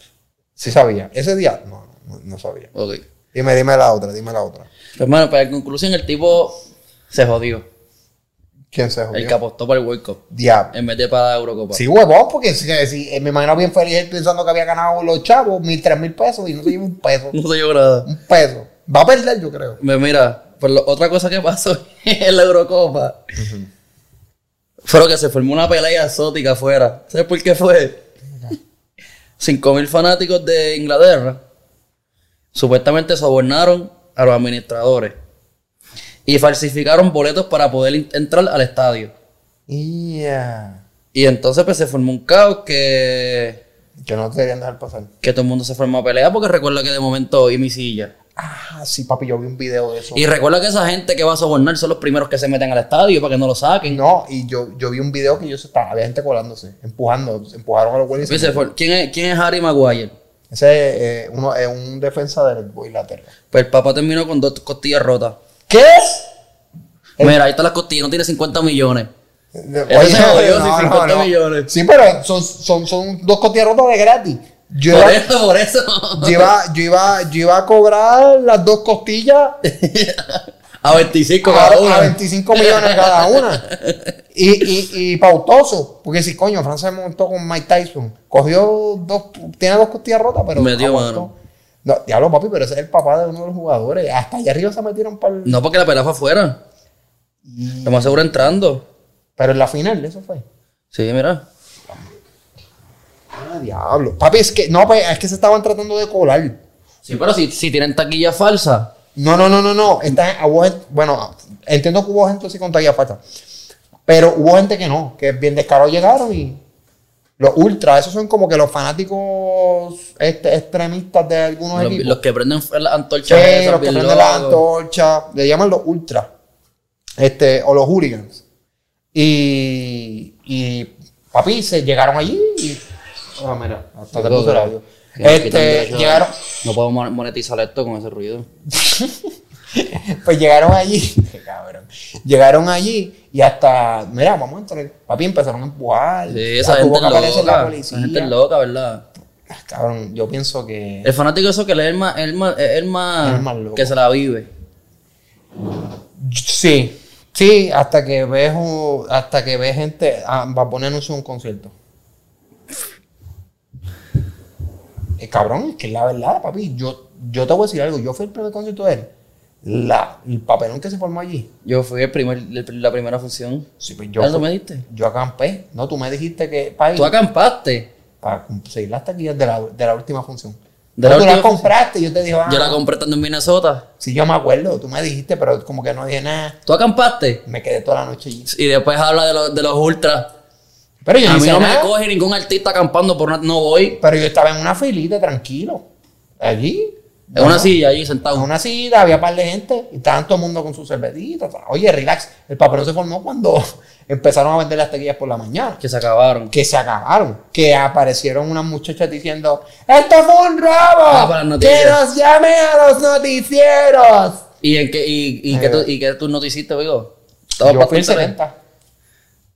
Speaker 1: sí sabía. Ese día, no, no, no sabía.
Speaker 2: Ok.
Speaker 1: Dime, dime la otra, dime la otra.
Speaker 2: Pues, bueno, pues en conclusión, el tipo se jodió.
Speaker 1: ¿Quién se
Speaker 2: El que
Speaker 1: jodió?
Speaker 2: apostó para el World Cup.
Speaker 1: Diablo.
Speaker 2: En vez de para la Eurocopa.
Speaker 1: Sí, huevón, porque si, si- eh, me imagino bien feliz él pensando que había ganado los chavos mil, tres mil pesos y no se lleva un peso.
Speaker 2: No se llevó nada.
Speaker 1: Un peso. Va a perder, yo creo.
Speaker 2: Me- Mira, pues lo- otra cosa que pasó en la Eurocopa fue que se formó una pelea exótica afuera. ¿Sabes por qué fue? 5.000 fanáticos de Inglaterra supuestamente sobornaron a los administradores y falsificaron boletos para poder in- entrar al estadio.
Speaker 1: Yeah.
Speaker 2: Y entonces pues se formó un caos que,
Speaker 1: Yo no te deberían dejar pasar.
Speaker 2: que todo el mundo se formó a pelear porque recuerda que de momento y mi silla.
Speaker 1: Ah, sí, papi, yo vi un video de eso.
Speaker 2: Y recuerda que esa gente que va a sobornar son los primeros que se meten al estadio para que no lo saquen.
Speaker 1: No, y yo, yo vi un video que ellos estaban, había gente colándose, empujando, se empujaron a los güeyes. y se-
Speaker 2: Dice, for- ¿quién, es, ¿Quién es Harry Maguire?
Speaker 1: Ese es uno, es un defensa de Inglaterra.
Speaker 2: Pues el papá terminó con dos costillas rotas.
Speaker 1: ¿Qué? Eh.
Speaker 2: Mira, ahí están las costillas, no tiene 50 millones.
Speaker 1: Oye,
Speaker 2: se jodió
Speaker 1: no,
Speaker 2: sin
Speaker 1: no,
Speaker 2: 50
Speaker 1: no.
Speaker 2: millones.
Speaker 1: Sí, pero son, son, son dos costillas rotas de gratis. Yo
Speaker 2: Por
Speaker 1: iba,
Speaker 2: eso, por eso.
Speaker 1: yo, iba, yo, iba, yo iba a cobrar las dos costillas
Speaker 2: A 25
Speaker 1: a,
Speaker 2: cada
Speaker 1: a
Speaker 2: uno.
Speaker 1: 25 millones cada una. Y, y, y pautoso, porque si coño, Francia se montó con Mike Tyson. Cogió dos, tiene dos costillas rotas, pero.
Speaker 2: Metió
Speaker 1: aguantó.
Speaker 2: mano.
Speaker 1: No, diablo, papi, pero ese es el papá de uno de los jugadores. Hasta allá arriba se metieron para el.
Speaker 2: No, porque la pelea fue afuera. Lo más seguro entrando.
Speaker 1: Pero en la final, eso fue.
Speaker 2: Sí, mira.
Speaker 1: Ah, diablo. Papi, es que. No, pues, es que se estaban tratando de colar.
Speaker 2: Sí, pero si, si tienen taquilla falsa.
Speaker 1: No, no, no, no, no. Está- hubo gente- bueno, entiendo que hubo gente sí con talla falsa. Pero hubo gente que no, que bien descaro llegaron y. Los ultras, esos son como que los fanáticos este, extremistas de algunos
Speaker 2: Los,
Speaker 1: equipos.
Speaker 2: los que prenden las antorchas.
Speaker 1: Sí,
Speaker 2: esas,
Speaker 1: los que
Speaker 2: bien
Speaker 1: prenden la
Speaker 2: locos.
Speaker 1: antorcha, le llaman los ultras, este, o los hooligans. Y, y papi, se llegaron allí y... Ah, mira, hasta te
Speaker 2: Loco,
Speaker 1: puse el
Speaker 2: bro.
Speaker 1: audio.
Speaker 2: Que nos quitan
Speaker 1: Este,
Speaker 2: derecho a-
Speaker 1: llegaron,
Speaker 2: No puedo mon- monetizar esto con ese ruido.
Speaker 1: pues llegaron allí, qué cabrón, llegaron allí y hasta, mira, vamos a entrar, papi, empezaron a empujar,
Speaker 2: Sí, esa
Speaker 1: Ah,
Speaker 2: gente
Speaker 1: tuvo
Speaker 2: es
Speaker 1: que aparecer
Speaker 2: loca.
Speaker 1: la
Speaker 2: Esa
Speaker 1: policía.
Speaker 2: gente es loca, ¿verdad?
Speaker 1: Ah, Cabrón, yo pienso que...
Speaker 2: El fanático eso que le es el más, el más, el más,
Speaker 1: El más loco.
Speaker 2: que se la vive.
Speaker 1: Sí, sí, hasta que ves, un- hasta que ves gente, ah, va a ponernos un concierto. Eh, cabrón, es que la verdad, papi, yo, yo te voy a decir algo, yo fui el primer concierto de él. La, el papelón que se formó allí.
Speaker 2: Yo fui el primer, el- la primera función.
Speaker 1: Sí, pues yo,
Speaker 2: ¿Algo
Speaker 1: fui-
Speaker 2: Ah, me diste?
Speaker 1: yo acampé. No, tú me dijiste que para, ir-
Speaker 2: Tú acampaste.
Speaker 1: para conseguir las taquillas de la, de la última función.
Speaker 2: De
Speaker 1: De
Speaker 2: la
Speaker 1: tú
Speaker 2: última
Speaker 1: las compraste, yo te dije, ah,
Speaker 2: Yo la compré estando en Minnesota.
Speaker 1: sí, yo me acuerdo, tú me dijiste, pero como que no dije nada.
Speaker 2: Tú acampaste.
Speaker 1: Me quedé toda la noche allí.
Speaker 2: Y después habla de, los de los ultras.
Speaker 1: Pero yo
Speaker 2: A
Speaker 1: no
Speaker 2: mí
Speaker 1: hice
Speaker 2: no me
Speaker 1: nada.
Speaker 2: coge ningún artista acampando por una, no voy.
Speaker 1: Pero yo estaba en una filita, tranquilo. Allí.
Speaker 2: En una silla allí sentado.
Speaker 1: En una silla, había par de gente. Y estaban todo el mundo con sus cervecitas. Oye, relax. El papelón se formó cuando empezaron a vender las tequillas por la mañana.
Speaker 2: Que se acabaron.
Speaker 1: Que se acabaron. Que aparecieron unas muchachas diciendo: ¡Esto fue un robo!
Speaker 2: Ah, para las noticias.
Speaker 1: ¡Que nos llame a los noticieros!
Speaker 2: ¿Y, en qué, y, y,
Speaker 1: Eh.
Speaker 2: qué tú, ¿Y qué tú no te hiciste, Vigo?
Speaker 1: yo
Speaker 2: para
Speaker 1: fui el
Speaker 2: tu internet?
Speaker 1: 70.
Speaker 2: ¿eh?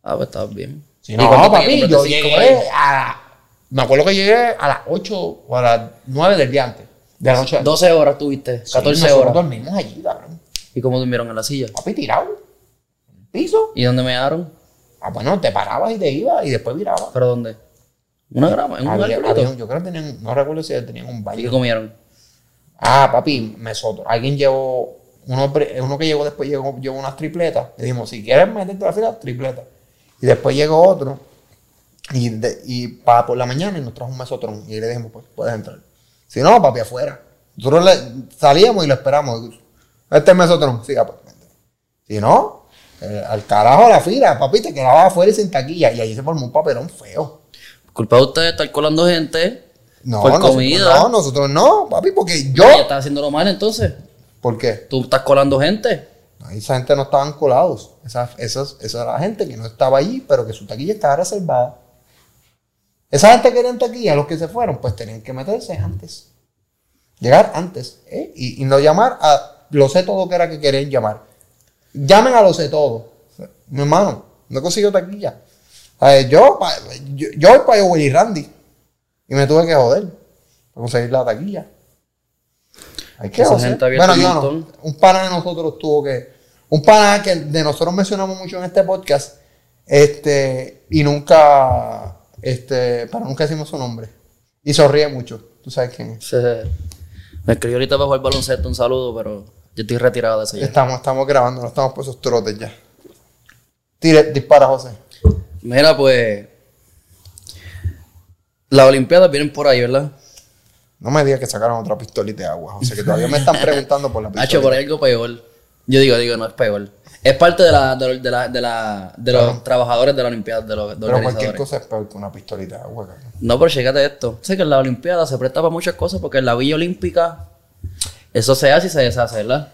Speaker 2: Ah, pues estabas bien.
Speaker 1: ¿eh? Si
Speaker 2: ¿Y
Speaker 1: no,
Speaker 2: cuánto te
Speaker 1: papi,
Speaker 2: compraste?
Speaker 1: yo
Speaker 2: ¿Cinco ¿eh?
Speaker 1: llegué
Speaker 2: por ahí?
Speaker 1: a. Me acuerdo que llegué a las 8 o a las 9 del día antes. De la noche.
Speaker 2: 12 horas tuviste, 14
Speaker 1: Sí, nosotros
Speaker 2: horas.
Speaker 1: dormimos allí, cabrón.
Speaker 2: ¿Y cómo durmieron en la silla?
Speaker 1: Papi, tirado. En el Piso.
Speaker 2: ¿Y dónde me dieron?
Speaker 1: Ah, bueno, te parabas y te ibas y después virabas.
Speaker 2: ¿Pero dónde? ¿Una grama? ¿En un
Speaker 1: Había- había un-
Speaker 2: arbolito?
Speaker 1: yo creo que tenían, no recuerdo si tenían un
Speaker 2: ¿Y
Speaker 1: baño.
Speaker 2: qué comieron?
Speaker 1: Ah, papi, nosotros. Alguien llevó, uno, pre- uno que llegó después llegó, llevó unas tripletas. Le dijimos, si quieres meterte a la fila, tripletas. Y después llegó otro. Y, de- y para por la mañana y nos trajo un mesotrón. Y le dijimos, pues puedes entrar. Si no, papi, afuera. Nosotros le- salíamos y lo esperamos. Este es mesotrón. Sí, ah, pues, vente. Si no, eh, al carajo a la fila, papi, te quedabas afuera y sin taquilla. Y ahí se formó un papelón feo.
Speaker 2: Culpa de ustedes estar colando gente
Speaker 1: No,
Speaker 2: por
Speaker 1: nosotros
Speaker 2: comida.
Speaker 1: no, nosotros no, papi, porque yo.
Speaker 2: Pero ya estás haciéndolo mal entonces.
Speaker 1: ¿Por qué?
Speaker 2: Tú estás colando gente.
Speaker 1: No, Esa gente no estaban colados. Esa, esas, esa era la gente que no estaba allí, pero que su taquilla estaba reservada. Esa gente que eran taquilla, los que se fueron, pues tenían que meterse antes. Llegar antes. ¿eh? Y, y no llamar a los sé todo que era que querían llamar. Llamen a los sé todo. Mi hermano, no consiguió taquilla. A ver, yo, pa- yo, yo voy para Willy Randy. Y me tuve que joder para conseguir la taquilla. Hay que
Speaker 2: Esa
Speaker 1: joder.
Speaker 2: gente había
Speaker 1: Bueno,
Speaker 2: hecho
Speaker 1: yo
Speaker 2: un
Speaker 1: no.
Speaker 2: montón.
Speaker 1: Un pana de nosotros tuvo que. Un pana que de nosotros mencionamos mucho en este podcast. Este. Y nunca. Este. Pero nunca decimos su nombre. Y sonríe mucho. Tú sabes quién es.
Speaker 2: Se- Me escribió ahorita para jugar baloncesto, un saludo, pero yo estoy retirado de eso ya.
Speaker 1: Estamos, estamos grabando, no estamos por esos trotes ya. Tire, dispara, José.
Speaker 2: Mira, pues. Las Olimpiadas vienen por ahí, ¿verdad?
Speaker 1: No me digas que sacaron otra pistolita de agua, José, que todavía me están preguntando por la
Speaker 2: Hacho,
Speaker 1: pistolita.
Speaker 2: por ahí algo peor. Yo digo, digo, no es peor. Es parte de, la, de, de la- de la- de los trabajadores de la Olimpiada, de los de
Speaker 1: Pero cualquier
Speaker 2: organizadores.
Speaker 1: cosa es peor que una pistolita de agua, cabrón.
Speaker 2: No, pero chécate esto. Sé que en la Olimpiada se presta para muchas cosas porque en la Villa Olímpica eso se hace y se deshace, ¿verdad?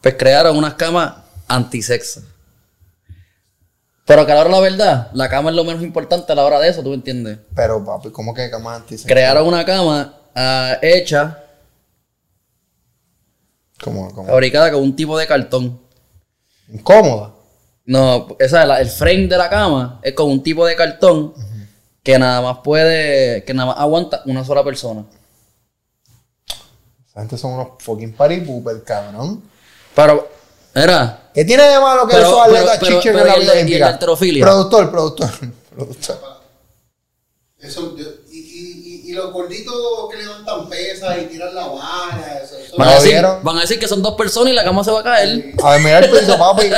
Speaker 2: Pues crearon unas camas antisexo. Pero que a la hora de la verdad, la cama es lo menos importante a la hora de eso, ¿tú me entiendes?
Speaker 1: Pero, papi, ¿cómo que cama anti
Speaker 2: Crearon una cama ah, hecha,
Speaker 1: ¿Cómo, cómo?
Speaker 2: fabricada con un tipo de cartón.
Speaker 1: Incómoda.
Speaker 2: No, esa, la- el frame de la cama es con un tipo de cartón que nada más puede, que nada más aguanta una sola persona.
Speaker 1: Esa gente son unos fucking party poopers, cabrón.
Speaker 2: Pero, era,
Speaker 1: ¿Qué tiene de malo que
Speaker 2: Pero-
Speaker 1: esos atletas
Speaker 2: pero-
Speaker 1: chiches
Speaker 2: pero-
Speaker 1: en la vida
Speaker 2: pero y el- y el
Speaker 1: olímpica?
Speaker 2: de halterofilia.
Speaker 1: Productor, productor. productor.
Speaker 3: Eso, yo- y, y, y, y los gorditos que levantan pesas y tiran la vara, eso, eso-
Speaker 1: ¿Me
Speaker 2: Van a,
Speaker 1: lo
Speaker 2: decir,
Speaker 1: vieron?
Speaker 2: van a decir que son dos personas y la cama se va a caer.
Speaker 1: A ver, mira el piso, papi.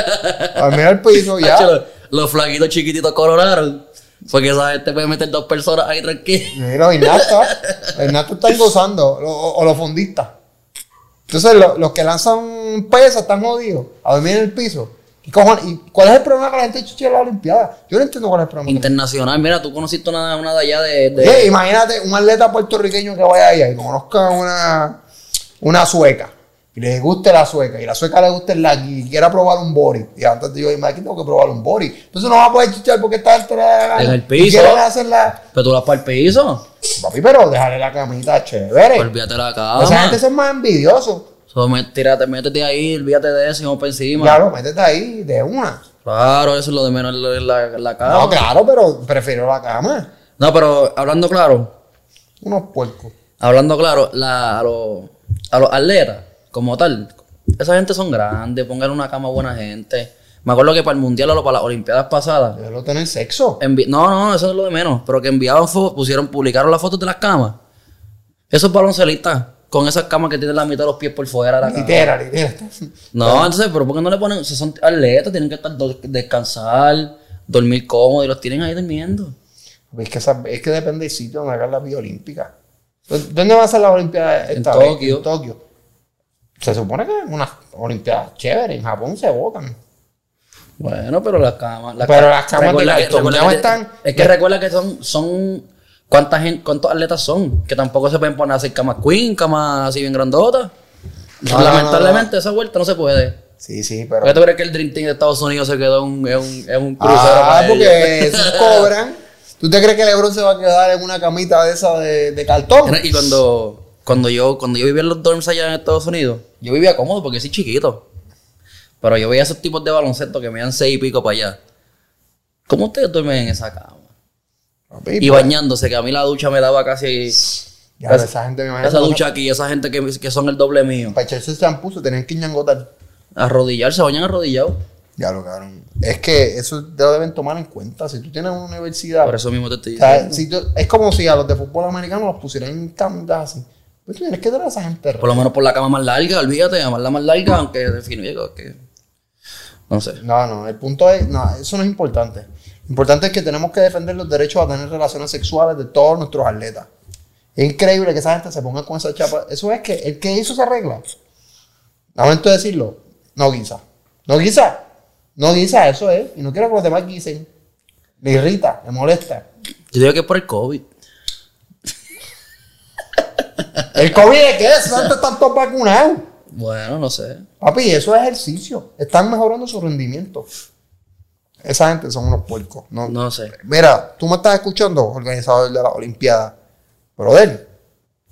Speaker 1: A ver, mira el piso, ya.
Speaker 2: Hacho, los, los flaquitos chiquititos coronaron. Porque esa gente puede meter dos personas ahí tranquila.
Speaker 1: Mira, los innatas. Los innatas están gozando. lo- o, o los fondistas. Entonces, lo- los que lanzan pesas están jodidos. A dormir en el piso. ¿Y, cojones? ¿Y cuál es el problema con la gente chiche en la Olimpiada? Yo no entiendo cuál es el problema.
Speaker 2: Internacional, mira, tú conociste una, una de allá de. de-
Speaker 1: Oye, imagínate un atleta puertorriqueño que vaya allá y conozca una, una sueca. Y le guste la sueca. Y la sueca le guste el laqui. Y quiera probar un bori. Y antes yo, imagínate, tengo que probar un bori. Entonces no va a poder chichar porque está entre la-
Speaker 2: En el
Speaker 1: y
Speaker 2: piso.
Speaker 1: quiere hacer la...
Speaker 2: Pero tú las para el piso.
Speaker 1: Papi, pero déjale la camita chévere.
Speaker 2: Olvídate la
Speaker 1: Esa
Speaker 2: cama.
Speaker 1: gente son más envidiosos.
Speaker 2: So, me- tírate, métete ahí, olvídate de eso y vamos para encima.
Speaker 1: Claro, métete ahí de una.
Speaker 2: Claro, eso es lo de menos la, la- la cama.
Speaker 1: No, claro, pero prefiero la cama.
Speaker 2: No, pero hablando claro,
Speaker 1: Unos puercos.
Speaker 2: hablando claro, la- a, los, a los atletas, como tal, esa gente son grandes, pongan una cama a buena gente. Me acuerdo que para el Mundial o para las Olimpiadas pasadas,
Speaker 1: Debelo tener sexo.
Speaker 2: envi- no, no, eso es lo de menos, pero que enviaban fotos, pusieron, publicaron las fotos de las camas. Esos baloncelistas, con esas camas que tienen la mitad de los pies por fuera de la cama.
Speaker 1: Litera, litera.
Speaker 2: No, entonces, pero ¿por qué no le ponen? Si son atletas, tienen que estar do- descansar, dormir cómodo y los tienen ahí durmiendo.
Speaker 1: Es que, esa- es que depende del sitio donde hagan las Vía Olímpica. ¿Dónde va a ser las Olimpiadas
Speaker 2: En
Speaker 1: esta vez?
Speaker 2: Tokio.
Speaker 1: En Tokio. Se supone que unas Olimpiadas chéveres. En Japón se votan.
Speaker 2: Bueno, pero las camas. Las
Speaker 1: Pero
Speaker 2: ca-
Speaker 1: las camas de
Speaker 2: recuerda que-
Speaker 1: cartón,
Speaker 2: recuerda
Speaker 1: ya
Speaker 2: que-
Speaker 1: están-
Speaker 2: Es que recuerda que son. son ¿Cuánta gente, ¿Cuántos atletas son? Que tampoco se pueden poner a hacer camas queen, camas así bien grandotas.
Speaker 1: No, no,
Speaker 2: Lamentablemente,
Speaker 1: no,
Speaker 2: esa vuelta no se puede.
Speaker 1: Sí, sí,
Speaker 2: ¿Por
Speaker 1: pero.
Speaker 2: qué tú crees que el Dream Team de Estados Unidos se quedó en un, en un, en un crucero?
Speaker 1: Ah,
Speaker 2: para
Speaker 1: porque
Speaker 2: ellos?
Speaker 1: esos cobran. ¿Tú te crees que Lebron se va a quedar en una camita de esa de, de cartón?
Speaker 2: Y cuando, cuando, yo, cuando yo vivía en los dorms allá en Estados Unidos, yo vivía cómodo porque soy chiquito. Pero yo veía esos tipos de baloncesto que me dan seis y pico para allá. ¿Cómo ustedes duermen en esa cama?
Speaker 1: Papi,
Speaker 2: Y bañándose, que a mí la ducha me daba casi.
Speaker 1: ya, pero esa gente me imagino.
Speaker 2: Esa
Speaker 1: que-
Speaker 2: ducha aquí, esa gente que, que son el doble mío.
Speaker 1: Para echarse el champú se tenían que ñangotar.
Speaker 2: Arrodillarse, bañan arrodillados.
Speaker 1: Ya lo cabrón. Es que eso te lo deben tomar en cuenta. Si tú tienes una universidad.
Speaker 2: Por eso mismo te estoy
Speaker 1: o sea,
Speaker 2: diciendo.
Speaker 1: si tú- es como si a los de fútbol americano los pusieran en camitas así. Pues tú tienes que tener a esa gente.
Speaker 2: Por lo menos por la cama más larga, olvídate, más la más larga, aunque de fino llego, que. No sé.
Speaker 1: No, no, el punto es, no, eso no es importante. Lo importante es que tenemos que defender los derechos a tener relaciones sexuales de todos nuestros atletas. Es increíble que esa gente se ponga con esa chapa. Eso es que el que hizo esa regla, lamento decirlo, no guisa. No guisa. No guisa, eso es. Y no quiero que los demás guisen. Me irrita, me molesta.
Speaker 2: Yo digo que es por el COVID.
Speaker 1: ¿El COVID de qué? es? no están todos vacunados.
Speaker 2: Bueno, no sé.
Speaker 1: Papi, eso es ejercicio. Están mejorando su rendimiento. Esa gente son unos puercos. No,
Speaker 2: No sé.
Speaker 1: Mira, tú me estás escuchando, organizador de la Olimpiada. Brother,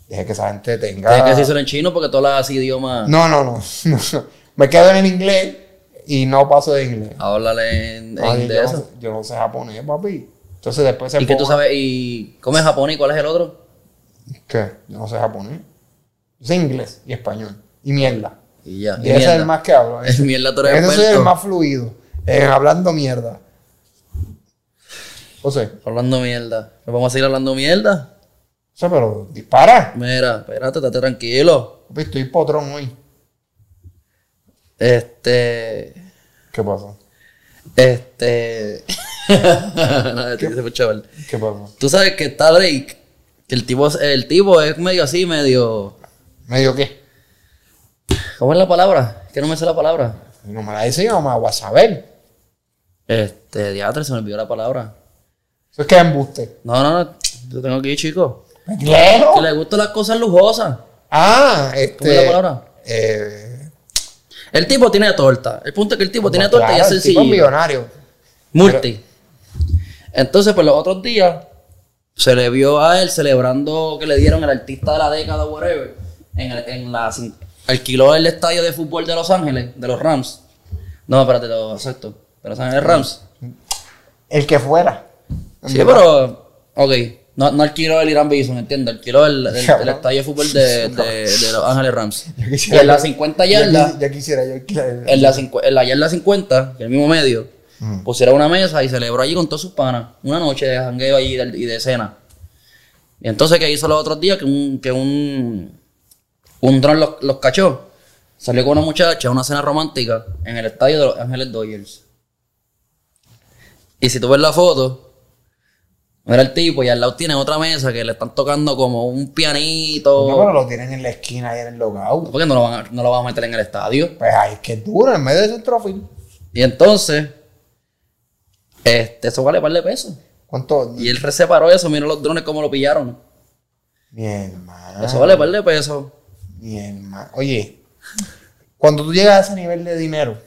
Speaker 1: deje que esa gente tenga.
Speaker 2: Tiene que decirlo en chino porque todas las idiomas.
Speaker 1: No, no, no, no. Me quedo en inglés y no paso de inglés.
Speaker 2: Háblale en, Ah, en
Speaker 1: Ay,
Speaker 2: de
Speaker 1: yo, no,
Speaker 2: eso.
Speaker 1: sé- yo no sé japonés, papi. Entonces después se
Speaker 2: ¿Y qué tú
Speaker 1: ponga-
Speaker 2: sabes? ¿Y cómo es japonés y cuál es el otro?
Speaker 1: ¿Qué? Yo no sé japonés. Yo sé inglés y español. Y mierda.
Speaker 2: Y ya.
Speaker 1: Y
Speaker 2: y
Speaker 1: ese es el
Speaker 2: mierda.
Speaker 1: más que hablo.
Speaker 2: Es mierda, tú eres
Speaker 1: Ese soy el
Speaker 2: experto.
Speaker 1: más fluido. en hablando mierda. José,
Speaker 2: Hablando mierda. ¿Nos vamos a seguir hablando mierda?
Speaker 1: José, pero dispara.
Speaker 2: Mira, espérate, estate tranquilo.
Speaker 1: Papi, estoy potrón hoy.
Speaker 2: Este.
Speaker 1: ¿Qué pasó?
Speaker 2: Este. Nada, estoy- se fue chaval.
Speaker 1: ¿Qué pasó?
Speaker 2: Tú sabes que está Drake. Que el tipo, es- el tipo es medio así, medio.
Speaker 1: ¿Medio qué?
Speaker 2: ¿Cómo es la palabra? Que no me sé la palabra.
Speaker 1: No me la dice yo, mamá, voy a saber.
Speaker 2: Este, diatre, se me olvidó la palabra.
Speaker 1: Eso es que es embuste.
Speaker 2: No, no, no. Yo tengo que ir, chico. Que
Speaker 1: ¡Claro!
Speaker 2: le gustan las cosas lujosas.
Speaker 1: Ah, este...
Speaker 2: ¿Cómo es la palabra?
Speaker 1: Eh,
Speaker 2: El tipo tiene torta. El punto es que el tipo tiene torta y
Speaker 1: Pues
Speaker 2: es
Speaker 1: claro, el tipo es
Speaker 2: sencillo.
Speaker 1: millonario.
Speaker 2: Multi. Entonces, pues los otros días se le vio a él celebrando que le dieron el artista de la década, whatever. En, el- en la, cin- alquiló el estadio de fútbol de Los Ángeles, de los Rams. No, espérate, te lo acepto. De Los Ángeles Rams.
Speaker 1: El que fuera.
Speaker 2: Sí, pero. Ok. No, no alquiló el Irán Bison, entiendo. Alquiló el, el- el
Speaker 1: Cabrón.
Speaker 2: estadio de fútbol de, de- de Los Ángeles Rams.
Speaker 1: Yo
Speaker 2: En la 50
Speaker 1: yo qui-
Speaker 2: yardas.
Speaker 1: Ya, quisiera yo alquilar
Speaker 2: en la, cincu- en la yarda 50, que es el mismo medio, pusiera una mesa y celebró allí con todos sus panas. Una noche de jangueo allí de- y de cena. Y entonces, que hizo los otros días? Que un, que un, un dron los, los cachó. Salió con una muchacha a una cena romántica en el estadio de Los Ángeles Dodgers. Y si tú ves la foto, mira el tipo y al lado tiene otra mesa que le están tocando como un pianito.
Speaker 1: No, pero lo tienen en la esquina ahí en el logout.
Speaker 2: Porque no lo van a- no lo van a meter en el estadio.
Speaker 1: Pues ay, es que es duro, en medio de ese trofil.
Speaker 2: Y entonces, este, eso vale par de pesos.
Speaker 1: ¿Cuánto?
Speaker 2: Y él reseparó eso, mira los drones cómo lo pillaron.
Speaker 1: Mi hermano.
Speaker 2: Eso vale par de pesos.
Speaker 1: Mi hermano. Oye, cuando tú llegas a ese nivel de dinero,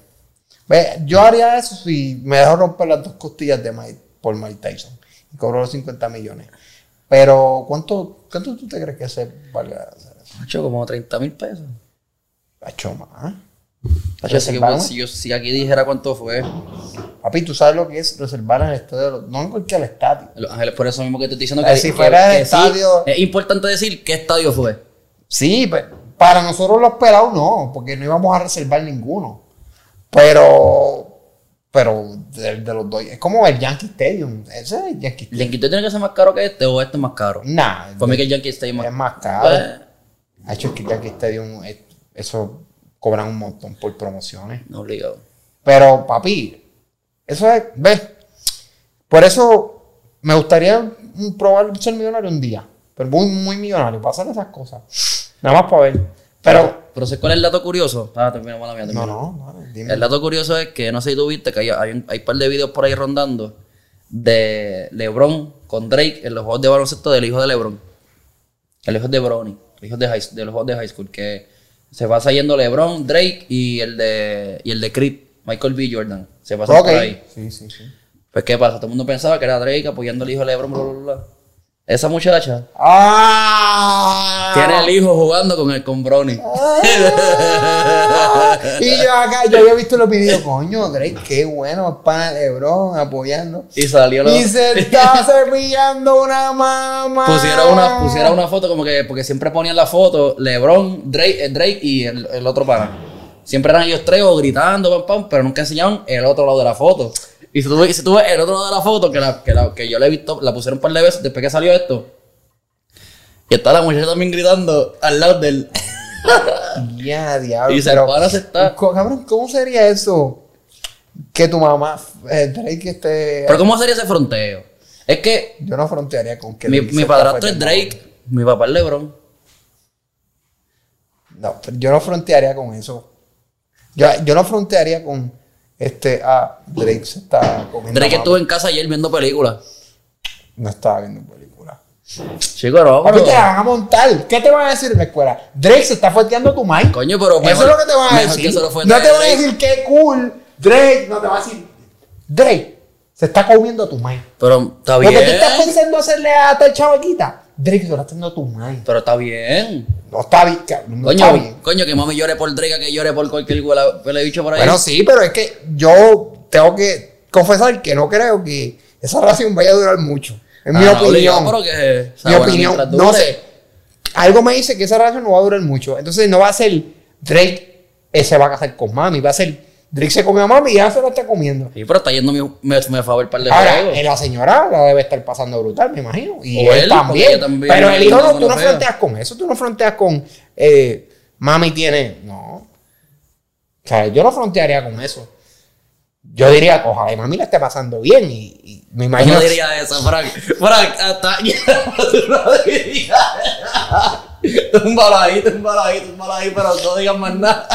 Speaker 1: ve, yo haría eso si me dejo romper las dos costillas de Mike, por Mike Tyson y cobro los 50 millones. Pero, ¿cuánto, cuánto tú te crees que se valga hacer eso?
Speaker 2: Hacho, como 30 mil pesos.
Speaker 1: Hacho, más.
Speaker 2: Hacho, así que
Speaker 1: Reservar,
Speaker 2: pues, si, yo, si aquí dijera cuánto fue,
Speaker 1: Papi, tú sabes lo que es reservar en el estadio, de los- no en cualquier estadio.
Speaker 2: Los Ángeles, por eso mismo que te estoy diciendo
Speaker 1: Eh,
Speaker 2: que
Speaker 1: si
Speaker 2: que-
Speaker 1: fuera el
Speaker 2: que sí,
Speaker 1: estadio-
Speaker 2: es importante decir qué estadio fue.
Speaker 1: Sí, pe- para nosotros los pelados no, porque no íbamos a reservar ninguno. Pero, pero de, de los dos, es como el Yankee Stadium. Ese es el Yankee Stadium.
Speaker 2: ¿El Yankee Stadium tiene que ser más caro que este o este es más caro?
Speaker 1: Nah,
Speaker 2: Para mí que el Yankee Stadium
Speaker 1: Mm. es
Speaker 2: más Pues,
Speaker 1: más caro.
Speaker 2: caro.
Speaker 1: Ha hecho que el Yankee Stadium, eh, eso cobran un montón por promociones.
Speaker 2: No obligado.
Speaker 1: Pero, papi, eso es, ¿ves? Por eso me gustaría mm, probar ser millonario un día. Pero muy, muy millonario, para hacer esas cosas. Nada más para ver. Pero,
Speaker 2: Pero ¿sabes cuál es el dato curioso? Ah, termina mala mía, termina.
Speaker 1: No, no, no, dime.
Speaker 2: El dato curioso es que no sé si tú viste que hay, hay, un, hay un par de videos por ahí rondando de LeBron con Drake en los juegos de baloncesto del hijo de LeBron. El hijo de Bronny, el hijo de, high, de los juegos de high school, que se pasa yendo LeBron, Drake y el de, y el de Creed, Michael B. Jordan. Se pasa
Speaker 1: Ok.
Speaker 2: por ahí.
Speaker 1: Sí, sí, sí.
Speaker 2: Pues, ¿qué pasa? Todo el mundo pensaba que era Drake apoyando al hijo de LeBron, bla, bla, bla. Esa muchacha
Speaker 1: ¡Ah!
Speaker 2: tiene el hijo jugando con el con Bronny.
Speaker 1: Oh. Y yo acá, yo había visto los videos, coño, Drake, qué bueno, pan Lebron apoyando.
Speaker 2: Y salió la-
Speaker 1: Y se está cepillando una mamá.
Speaker 2: Pusiera una,
Speaker 1: Ah.
Speaker 2: pusiera una foto como que, porque siempre ponían la foto, LeBron, Drake, eh, Drake y el, el otro pana. Siempre eran ellos tres o gritando, pam, pam, pero nunca enseñaban el otro lado de la foto. Y si tú, ves- si tú ves el otro lado de la foto, que, la, que, la- que yo la he visto, la pusieron un par de veces después que salió esto. Y está la muchacha también gritando al lado del...
Speaker 1: Ya, diablo.
Speaker 2: Y se
Speaker 1: pero-
Speaker 2: para, se está.
Speaker 1: Co- Cabrón, ¿cómo sería eso? Que tu mamá, eh, Drake, esté.
Speaker 2: Pero ¿cómo sería ese fronteo? Es que
Speaker 1: Yo no frontearía con que.
Speaker 2: mi,
Speaker 1: Drake se
Speaker 2: mi
Speaker 1: está
Speaker 2: padrastro es
Speaker 1: fregando.
Speaker 2: Drake, mi papá es LeBron.
Speaker 1: No, pero yo no frontearía con eso. Yo, yo no frontearía con este. Ah, Drake se está comiendo.
Speaker 2: Drake
Speaker 1: a
Speaker 2: estuvo
Speaker 1: mamá.
Speaker 2: en casa ayer viendo películas.
Speaker 1: No estaba viendo película.
Speaker 2: Chico, no,
Speaker 1: Papi,
Speaker 2: pero-
Speaker 1: te la van a montar. ¿Qué te van a decir en la escuela? Drake se está fuerteando tu mic.
Speaker 2: Coño, pero
Speaker 1: Eso
Speaker 2: mejor-
Speaker 1: es lo que te van a
Speaker 2: mejor
Speaker 1: decir.
Speaker 2: que solo fue
Speaker 1: no te
Speaker 2: Drake.
Speaker 1: van a decir qué cool. Drake, no te va a decir. Drake se está comiendo tu mic.
Speaker 2: Pero está
Speaker 1: Lo
Speaker 2: bien.
Speaker 1: que tú estás pensando hacerle a tal chavaquita, Drake se lo está haciendo tu mic.
Speaker 2: Pero está bien.
Speaker 1: No está bien, cabrón, no
Speaker 2: Coño,
Speaker 1: está bien.
Speaker 2: coño, que mami llore por Drake, que llore por cualquier huela- huele bicho por ahí.
Speaker 1: Bueno, sí, pero es que yo tengo que confesar que no creo que esa relación vaya a durar mucho. Es
Speaker 2: Ah,
Speaker 1: mi
Speaker 2: no,
Speaker 1: opinión.
Speaker 2: obligado, pero que- o
Speaker 1: mi
Speaker 2: sea, bueno,
Speaker 1: opinión.
Speaker 2: mientras
Speaker 1: No
Speaker 2: dure.
Speaker 1: sé. Algo me dice que esa relación no va a durar mucho. Entonces no va a ser Drake eh, se va a casar con mami. Va a ser Drake se comió a mami y ya se lo está comiendo.
Speaker 2: Sí, pero está yendo mi, me, me favor par de
Speaker 1: Ahora,
Speaker 2: juegos.
Speaker 1: eh, la señora la debe estar pasando brutal, me imagino. Y
Speaker 2: O
Speaker 1: él,
Speaker 2: él, porque
Speaker 1: también.
Speaker 2: ella también
Speaker 1: Pero el hijo no, tú no
Speaker 2: fea.
Speaker 1: fronteas con eso. Tú no fronteas con eh, mami tiene. No. O sea, yo no frontearía con eso. Yo diría, ojalá y mami la esté pasando bien. Y, y me
Speaker 2: Yo
Speaker 1: imagino.
Speaker 2: no diría eso, Frank. Frank, hasta Tú no dirías. Túmbalo ahí, túmbalo ahí, túmbalo ahí, pero no digas más nada.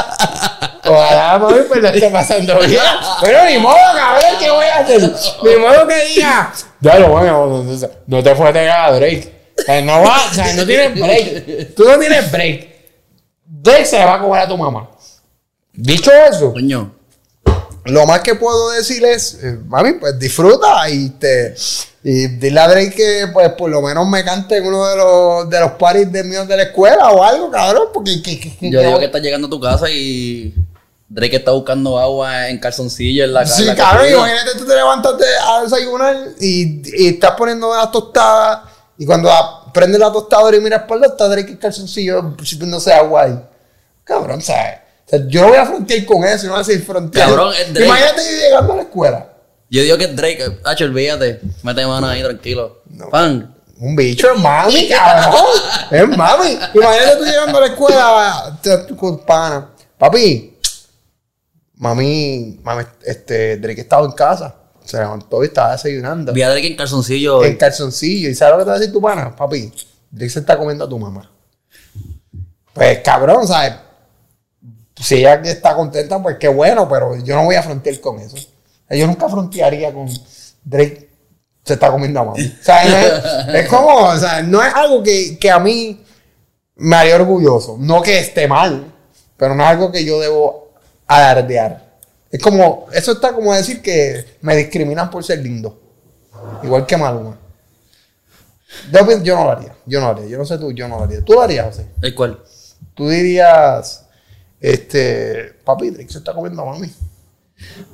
Speaker 1: Ojalá mami pues la esté pasando bien. Pero ni modo, cabrón, ¿qué voy a hacer? Ni modo que diga. Ya lo bueno, no- no te fue a Drake. O sea, no va, o sea, no tienes break. Tú no tienes break. Drake se va a comer a tu mamá. Dicho eso,
Speaker 2: Coño.
Speaker 1: lo más que puedo decir es, eh, mami, pues disfruta y te y dile a Drake que pues por lo menos me cante en uno de los de los parties de míos de la escuela o algo, cabrón, porque que- que- que-
Speaker 2: Yo digo que estás llegando a tu casa y Drake está buscando agua en calzoncillo en la casa.
Speaker 1: Sí, cabrón, imagínate tú te levantas de- a desayunar y, y estás poniendo las tostadas y cuando la- prendes la tostadora y miras para el lado, Drake en calzoncillo chupiéndose agua ahí. Cabrón, ¿sabes? O sea, yo no voy a frontear con eso, yo no voy a seguir fronteando.
Speaker 2: Cabrón, es Drake.
Speaker 1: Imagínate yo llegando a la escuela.
Speaker 2: Yo digo que es Drake, Hacho, olvídate. Mete mano ahí, tranquilo.
Speaker 1: No.
Speaker 2: Pan.
Speaker 1: Un bicho es mami, cabrón. Es mami. Imagínate tú llegando a la escuela te- tu con pana. Papi, mami, mami, este, Drake estaba en casa. Se levantó y estaba desayunando.
Speaker 2: Vi a Drake en calzoncillo.
Speaker 1: En calzoncillo. ¿Y sabes lo que te va a decir tu pana? Papi, Drake se está comiendo a tu mamá. Pues cabrón, ¿sabes? Si ella está contenta, pues qué bueno, pero yo no voy a frontear con eso. O sea, Yo nunca frontearía con Drake se está comiendo a mamá. O sea, no es, es como, o sea, no es algo que, que a mí me haría orgulloso. No que esté mal, pero no es algo que yo debo alardear. Es como, eso está como decir que me discriminan por ser lindo. Igual que Maluma. Yo, pi- yo no lo haría. Yo no lo haría. Yo no sé tú, yo no lo haría. ¿Tú lo harías, José?
Speaker 2: ¿El cual?
Speaker 1: Tú dirías, este, papi, Drake se está comiendo a mami.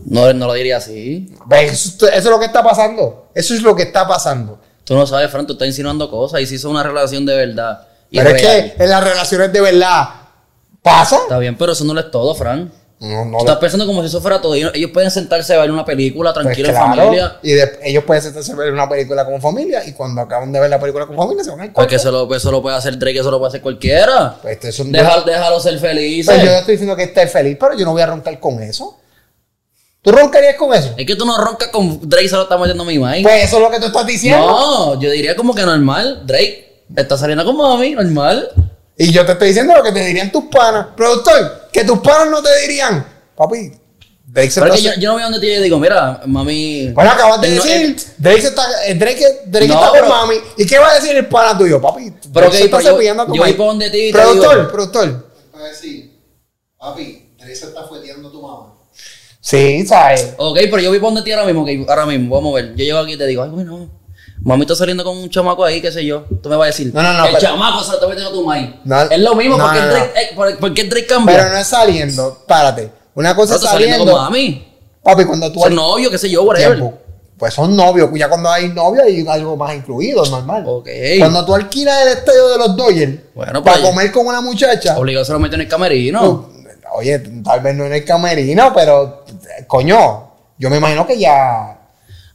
Speaker 2: No, no lo diría así.
Speaker 1: Ve, Eso, está- eso es lo que está pasando. Eso es lo que está pasando.
Speaker 2: Tú no sabes, Fran, tú estás insinuando cosas y si hizo una relación de verdad. y
Speaker 1: Pero es
Speaker 2: real.
Speaker 1: que en las relaciones de verdad pasa.
Speaker 2: Está bien, pero eso no lo es todo, Fran.
Speaker 1: No, no.
Speaker 2: Tú estás pensando como si eso fuera todo. Ellos ellos pueden sentarse a ver una película
Speaker 1: pues
Speaker 2: tranquila en
Speaker 1: claro,
Speaker 2: familia.
Speaker 1: Y de- ellos pueden sentarse a ver una película con familia y cuando acaban de ver la película con familia se van al cuarto.
Speaker 2: Porque Pues eso lo, eso lo puede hacer Drake, eso lo puede hacer cualquiera.
Speaker 1: Pues esto es un-
Speaker 2: Déjalo, déjalo ser feliz.
Speaker 1: Pues yo no estoy diciendo que esté feliz, pero yo no voy a roncar con eso. ¿Tú roncarías con eso?
Speaker 2: Es que tú no roncas con Drake, se lo está metiendo a mi mind.
Speaker 1: Pues eso es lo que tú estás diciendo.
Speaker 2: No, yo diría como que normal. Drake está saliendo con mami, normal.
Speaker 1: Y yo te estoy diciendo lo que te dirían tus panas. Productor, que tus panas no te dirían. Papi, Drake se
Speaker 2: Pero es que
Speaker 1: está-
Speaker 2: yo, yo no veo dónde tiene y digo, mira, mami.
Speaker 1: Bueno, acabas de
Speaker 2: él no-
Speaker 1: decir,
Speaker 2: él-
Speaker 1: Drake, se está, eh, Drake, Drake
Speaker 2: No,
Speaker 1: está
Speaker 2: pero-
Speaker 1: con mami. ¿Y qué va a decir el pana tuyo, papi?
Speaker 2: Pero
Speaker 1: Drake
Speaker 2: que
Speaker 1: se está
Speaker 2: yo-
Speaker 1: cepillando
Speaker 2: yo
Speaker 1: mami.
Speaker 2: voy por donde ti y te
Speaker 1: Productor,
Speaker 2: digo-
Speaker 1: productor.
Speaker 3: Para decir, papi, Teresa está fueteando a tu mamá.
Speaker 1: Sí, ¿sabes?
Speaker 2: Ok, pero yo voy por donde ti ahora mismo, ok, ahora mismo, vamos a ver. Yo llego aquí y te digo, ay, güey, no. Mami está saliendo con un chamaco ahí, qué sé yo. Tú me vas a decir,
Speaker 1: No, no, no,
Speaker 2: El
Speaker 1: pero-
Speaker 2: chamaco se lo está metiendo a tu mami.
Speaker 1: No,
Speaker 2: es lo mismo,
Speaker 1: no,
Speaker 2: porque
Speaker 1: no,
Speaker 2: el
Speaker 1: no.
Speaker 2: Drake, eh, por- ¿por qué el Drake cambia?
Speaker 1: Pero no es saliendo, párate. Una cosa
Speaker 2: No,
Speaker 1: es
Speaker 2: está saliendo
Speaker 1: saliendo.
Speaker 2: con mami.
Speaker 1: Papi, cuando tú
Speaker 2: Son
Speaker 1: al
Speaker 2: novio, qué sé yo, whatever.
Speaker 1: tiempo. Pues son novios, ya cuando hay novios hay algo más incluido, normal.
Speaker 2: Ok.
Speaker 1: Cuando tú alquilas el estadio de los Dodgers
Speaker 2: Bueno, pues,
Speaker 1: para
Speaker 2: pero-
Speaker 1: comer con una muchacha,
Speaker 2: Obligado se lo meten en el camerino.
Speaker 1: Tú, Oye, tal vez no en el camerino, pero eh, coño, yo me imagino que ya,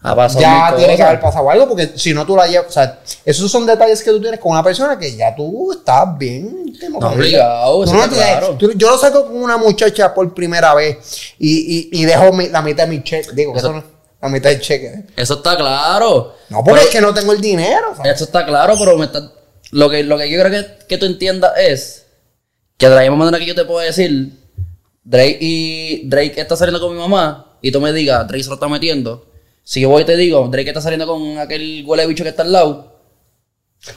Speaker 2: Ha pasado
Speaker 1: ya
Speaker 2: Ah, mil
Speaker 1: tiene que
Speaker 2: cosas.
Speaker 1: haber pasado algo, porque si no tú la llevas, o sea, esos son detalles que tú tienes con una persona que ya tú estás bien. íntimo
Speaker 2: No,
Speaker 1: con ella.
Speaker 2: obligado,
Speaker 1: Tú
Speaker 2: eso
Speaker 1: no
Speaker 2: está
Speaker 1: tienes-
Speaker 2: claro.
Speaker 1: tú- yo lo saco con una muchacha por primera vez y, y, y dejo mi- la mitad de mi cheque, digo, que
Speaker 2: Eso-
Speaker 1: eso no- la mitad del cheque.
Speaker 2: Eso está claro.
Speaker 1: No, porque
Speaker 2: Pero- eh.
Speaker 1: es que no tengo el dinero. ¿sabes?
Speaker 2: Eso está claro, pero me está- lo, que, lo que yo creo que, que tú entiendas es que de la misma manera que yo te puedo decir, Drake y Drake está saliendo con mi mamá y tú me digas, Drake se lo está metiendo. Si yo voy y te digo, Drake está saliendo con aquel huele bicho que está al lado,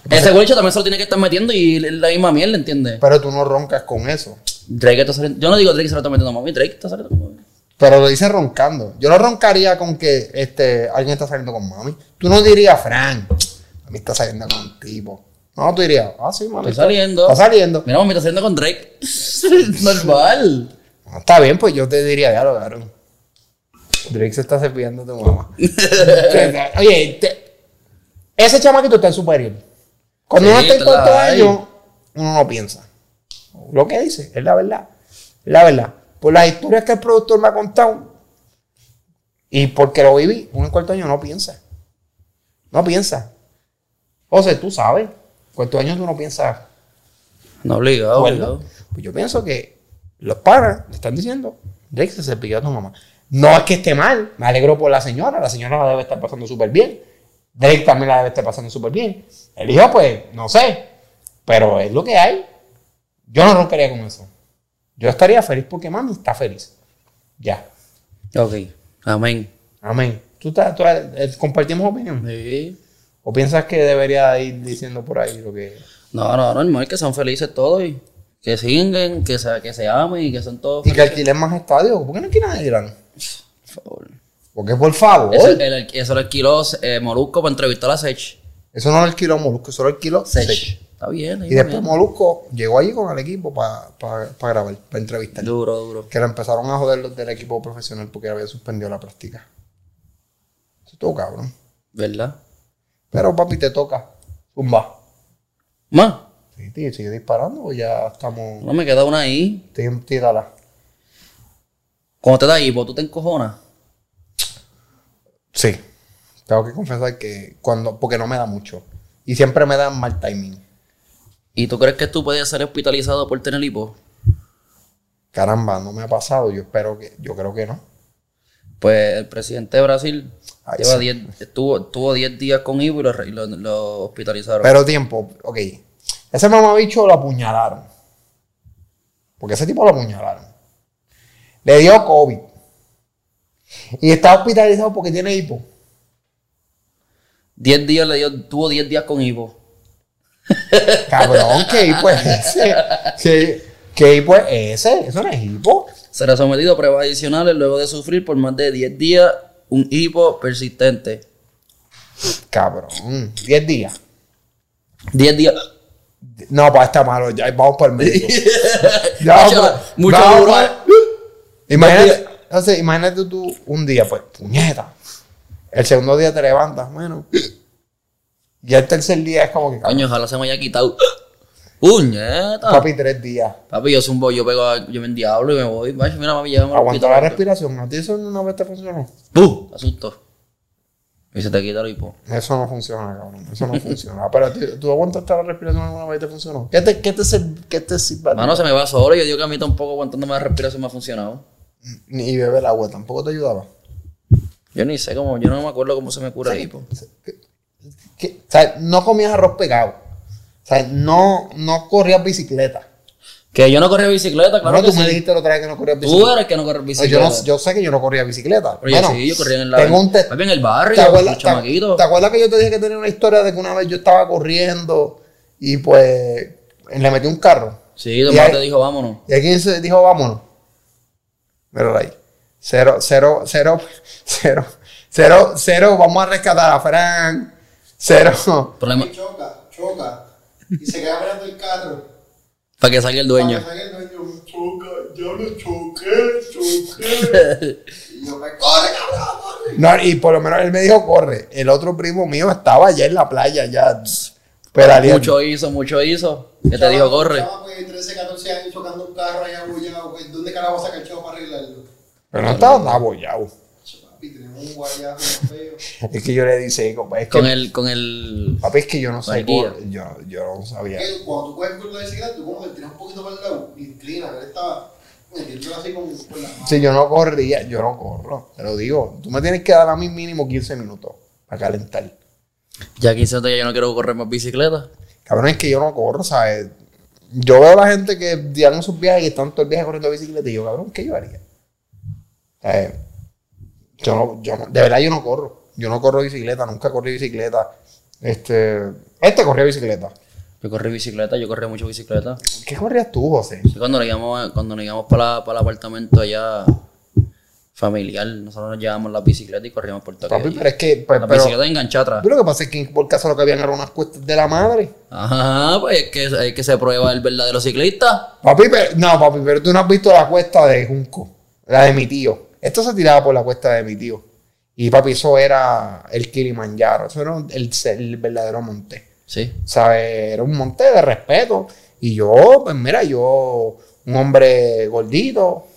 Speaker 2: ese huele bicho también se lo tiene que estar metiendo y es la misma mierda, ¿entiendes?
Speaker 1: Pero tú no roncas con eso.
Speaker 2: Drake está saliendo. Yo no digo Drake se lo está metiendo a mami, Drake está saliendo con mami.
Speaker 1: Pero lo dice roncando. Yo lo roncaría con que este, alguien está saliendo con mami. Tú no dirías, Frank, mí está saliendo con un tipo. No, tú dirías, ah, sí, mami.
Speaker 2: Estoy
Speaker 1: está-
Speaker 2: saliendo.
Speaker 1: Está saliendo.
Speaker 2: Mira, mami, está saliendo con Drake. Normal.
Speaker 1: No, está bien, pues yo te diría, ya lo cabrón. Drake se está cepillando de tu mamá. Oye, te- ese chamaquito está en superior. Cuando
Speaker 2: Sí,
Speaker 1: uno está en
Speaker 2: claro,
Speaker 1: cuarto
Speaker 2: ahí.
Speaker 1: año, uno no piensa. Lo que dice, es la verdad. Es la verdad. Por las historias que el productor me ha contado y porque lo viví, uno en cuarto año no piensa. No piensa. O sea, tú sabes. Cuarto año tú no piensas
Speaker 2: No obligado,
Speaker 1: Bueno,
Speaker 2: obligado.
Speaker 1: Pues yo pienso que los panas le están diciendo, Drake se cepilló a tu mamá. No es que esté mal, me alegro por la señora, la señora la debe estar pasando súper bien. Drake también la debe estar pasando súper bien. El hijo, pues, no sé, pero es lo que hay. Yo no roncaría con eso. Yo estaría feliz porque mami está feliz. Ya.
Speaker 2: Ok. Amén.
Speaker 1: Amén. ¿Tú, estás- tú- eh, compartimos opinión?
Speaker 2: Sí.
Speaker 1: ¿O piensas que debería ir diciendo por ahí lo que...
Speaker 2: No, no, normal que sean felices todos y que singen, que se, que se amen y que son todos
Speaker 1: Y que
Speaker 2: felices.
Speaker 1: alquilen más estadios? ¿Por qué no alquilan el Irán?
Speaker 2: Por favor.
Speaker 1: Porque por favor.
Speaker 2: Eso, el, el- eso lo alquiló eh, Molusco para entrevistar a Sech.
Speaker 1: Eso no lo alquiló Molusco, eso lo alquiló
Speaker 2: Sech.
Speaker 1: Sech.
Speaker 2: Está bien, ahí
Speaker 1: Y después
Speaker 2: bien.
Speaker 1: Molusco llegó allí con el equipo para grabar, para entrevistar.
Speaker 2: Duro, duro.
Speaker 1: Que lo empezaron a joder los del equipo profesional porque había suspendido la práctica. Eso estuvo cabrón.
Speaker 2: ¿Verdad?
Speaker 1: Pero papi, te toca. Zumba.
Speaker 2: Más,
Speaker 1: Sí, tío, sigue disparando o ya estamos.
Speaker 2: no me queda una ahí.
Speaker 1: Tí- Tírala.
Speaker 2: Cuando te da hipo, tú te encojonas.
Speaker 1: Sí. Tengo que confesar que cuando. Porque no me da mucho. Y siempre me dan mal timing.
Speaker 2: ¿Y tú crees que tú podías ser hospitalizado por tener hipo?
Speaker 1: Caramba, no me ha pasado. Yo espero que. Yo creo que no.
Speaker 2: Pues el presidente de Brasil
Speaker 1: Ay,
Speaker 2: lleva
Speaker 1: sí.
Speaker 2: 10 estuvo, estuvo 10 días con hipo y lo, y lo- lo hospitalizaron.
Speaker 1: Pero tiempo, ok. Ese mamabicho lo apuñalaron. Porque ese tipo lo apuñalaron. Le dio COVID. Y está hospitalizado porque tiene hipo.
Speaker 2: 10 días le dio, tuvo 10 días con hipo.
Speaker 1: Cabrón, ¿qué hipo es ese? ¿Qué, qué hipo es ese? Eso no es hipo.
Speaker 2: Será sometido a pruebas adicionales luego de sufrir por más de 10 días un hipo persistente.
Speaker 1: Cabrón, 10 días.
Speaker 2: 10 días.
Speaker 1: No, para está malo. Ya, vamos para el médico. Ya,
Speaker 2: Mucho-
Speaker 1: vamos,
Speaker 2: mucho
Speaker 1: vamos,
Speaker 2: duro.
Speaker 1: vamos. Imagínate, entonces, imagínate tú un día, pues, puñeta. El segundo día te levantas, bueno. Y el tercer día es como que,
Speaker 2: Coño, ojalá se me haya quitado. ¡Puñeta!
Speaker 1: papi, tres días.
Speaker 2: Papi, yo zumbo, yo pego, a- yo me diablo y me voy. Vaya, mira, mami, llévame al
Speaker 1: Aguanta la
Speaker 2: hospital.
Speaker 1: respiración. ¿A ti eso una vez te funcionó?
Speaker 2: ¡Pum! Te Asusto. Y se te quita el hipo.
Speaker 1: Eso no funciona, cabrón. Eso no funciona. Pero a ti- tú aguantaste la respiración alguna vez y te funcionó. ¿Qué te, qué te, sir- qué te sirve?
Speaker 2: Mano, se me va solo. Yo digo que a mí tampoco aguantándome la respiración me ha funcionado.
Speaker 1: Ni beber agua tampoco te ayudaba.
Speaker 2: Yo ni sé cómo, yo no me acuerdo cómo se me cura el hipo.
Speaker 1: que- o sea, no comías arroz pegado. O sea, no, no corrías bicicleta.
Speaker 2: Que yo no corría bicicleta, claro
Speaker 1: Bueno,
Speaker 2: que
Speaker 1: tú me
Speaker 2: sí.
Speaker 1: dijiste la otra vez que no corrías
Speaker 2: Tú
Speaker 1: bicicleta.
Speaker 2: eres el que no corre
Speaker 1: No, yo,
Speaker 2: bicicleta.
Speaker 1: no- yo sé que yo no corría bicicleta.
Speaker 2: Pero yo
Speaker 1: Bueno,
Speaker 2: sí, yo corría en la.
Speaker 1: Tengo un te-
Speaker 2: papi, en el barrio,
Speaker 1: ¿Te acuerdas,
Speaker 2: un
Speaker 1: te-
Speaker 2: chamaquito.
Speaker 1: te acuerdas que yo te dije que tenía una historia de que una vez yo estaba corriendo y pues le metí un carro?
Speaker 2: Sí, tu
Speaker 1: Y
Speaker 2: mamá
Speaker 1: ahí-
Speaker 2: te dijo, vámonos.
Speaker 1: Y aquí se dijo, vámonos. Pero ahí. Cero, cero, cero, cero, cero, cero, vamos a rescatar a Fran. Cero.
Speaker 2: Problema-
Speaker 3: Y choca, choca. Y se queda mirando el carro.
Speaker 2: Para que salga el dueño.
Speaker 3: Para que salga el dueño, choca, yo lo choqué, choqué. Y yo me corre, cabrón, corre.
Speaker 1: No, y por lo menos él me dijo, corre. El otro primo mío estaba allá en la playa, ya. tss, Pedaleando.
Speaker 2: mucho hizo, mucho hizo. Que te dijo, corre.
Speaker 3: Chava, pues, 13, 14 años chocando un carro allá abollado. Pues, ¿Dónde carajo saca el chavo para arreglarlo?
Speaker 1: Pero no estaba nada abollado.
Speaker 3: Che, Papi, tenemos un guayazo feo.
Speaker 1: Es que yo le dije, "Compa, es que,
Speaker 2: Con el, con el.
Speaker 1: papi, es que yo no sé.
Speaker 2: Barquilla.
Speaker 1: cor- Yo, yo no sabía.
Speaker 3: Que Cuando tú coges por la bicicleta, tú como que tiras un poquito para el lado, inclina, él estaba metiéndolo así con, con la mano.
Speaker 1: Si yo no corría, yo no corro. Te lo digo. Tú me tienes que dar a mí mínimo 15 minutos para calentar.
Speaker 2: Ya 15 días yo no quiero correr más bicicleta.
Speaker 1: Cabrón, es que yo no corro, ¿sabes? Yo veo a la gente que diario sus viajes y están todo el viaje corriendo bicicleta y yo, cabrón, ¿qué yo haría? ¿Sabes? Yo no, yo no- de verdad yo no corro. Yo no corro bicicleta, nunca corrí bicicleta. Este, este corría bicicleta.
Speaker 2: Yo corrí bicicleta, yo corrí mucho bicicleta.
Speaker 1: ¿Qué corrías tú, José?
Speaker 2: Sí, cuando nos íbamos, cuando nos íbamos para, la- para el apartamento allá familiar, nosotros nos llevábamos las bicicletas y corríamos por todo
Speaker 1: Papi,
Speaker 2: aquello.
Speaker 1: pero es que, pues,
Speaker 2: Las
Speaker 1: pero,
Speaker 2: bicicletas enganchadas atrás.
Speaker 1: tú lo que pasa es que por caso lo que habían eran unas cuestas de la madre.
Speaker 2: Ajá, pues es que, es que se prueba el verdadero ciclista.
Speaker 1: Papi, pero, no, papi, pero tú no has visto la cuesta de Junco, la de mi tío. Esto se tiraba por la cuesta de mi tío. Y papi, eso era el Kilimanjaro, eso era el, el verdadero monte.
Speaker 2: Sí.
Speaker 1: ¿Sabes? Era un monte de respeto. Y yo, pues mira, yo, un hombre gordito,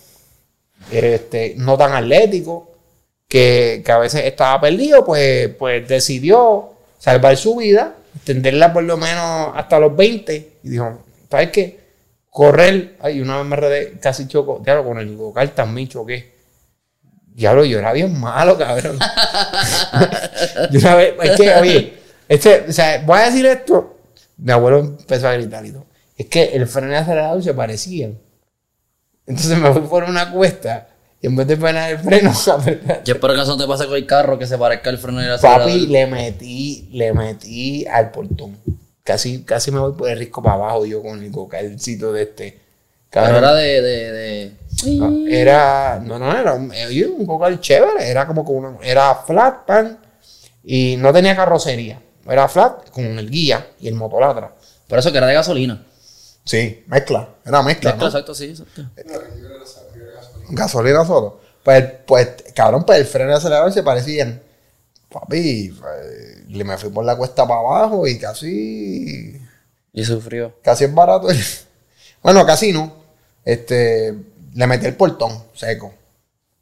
Speaker 1: este, no tan atlético, que, que a veces estaba perdido, pues, pues decidió salvar su vida, extenderla por lo menos hasta los 20. Y dijo, ¿sabes qué? Correr. Ay, una vez me enredé, casi choco. Diablo, con el vocal también choqué. Diablo, yo era bien malo, cabrón. yo una vez, es que, oye, este, o sea, voy a decir esto. Mi abuelo empezó a gritar y todo. Es que el freno y el acelerador se parecían. Entonces me fui por una cuesta y en vez de frenar el freno, apreté
Speaker 2: Yo espero que eso no te pase con el carro, que se parezca el freno y el
Speaker 1: Papi,
Speaker 2: acelerador.
Speaker 1: le metí, le metí al portón. Casi, casi me voy por el risco para abajo yo con el cocalcito de este.
Speaker 2: Pero
Speaker 1: Cabrón,
Speaker 2: era de, de, de-
Speaker 1: no, era, no, no, era un, eh, oye, un cocal chévere. Era como con una, era flat pan y no tenía carrocería. Era flat con el guía y el motoratra.
Speaker 2: Por eso que era de gasolina.
Speaker 1: Sí, mezcla. Era mezcla,
Speaker 2: Exacto,
Speaker 1: ¿no?
Speaker 2: exacto, sí. exacto.
Speaker 3: No, yo era esa- yo era gasolina.
Speaker 1: gasolina solo. Pues, pues, cabrón, pues el freno y el acelerador se parecían. Papi, pues, le me fui por la cuesta para abajo y casi
Speaker 2: Y sufrió.
Speaker 1: Casi es barato. el- Bueno, casi no. Este, le metí el portón seco.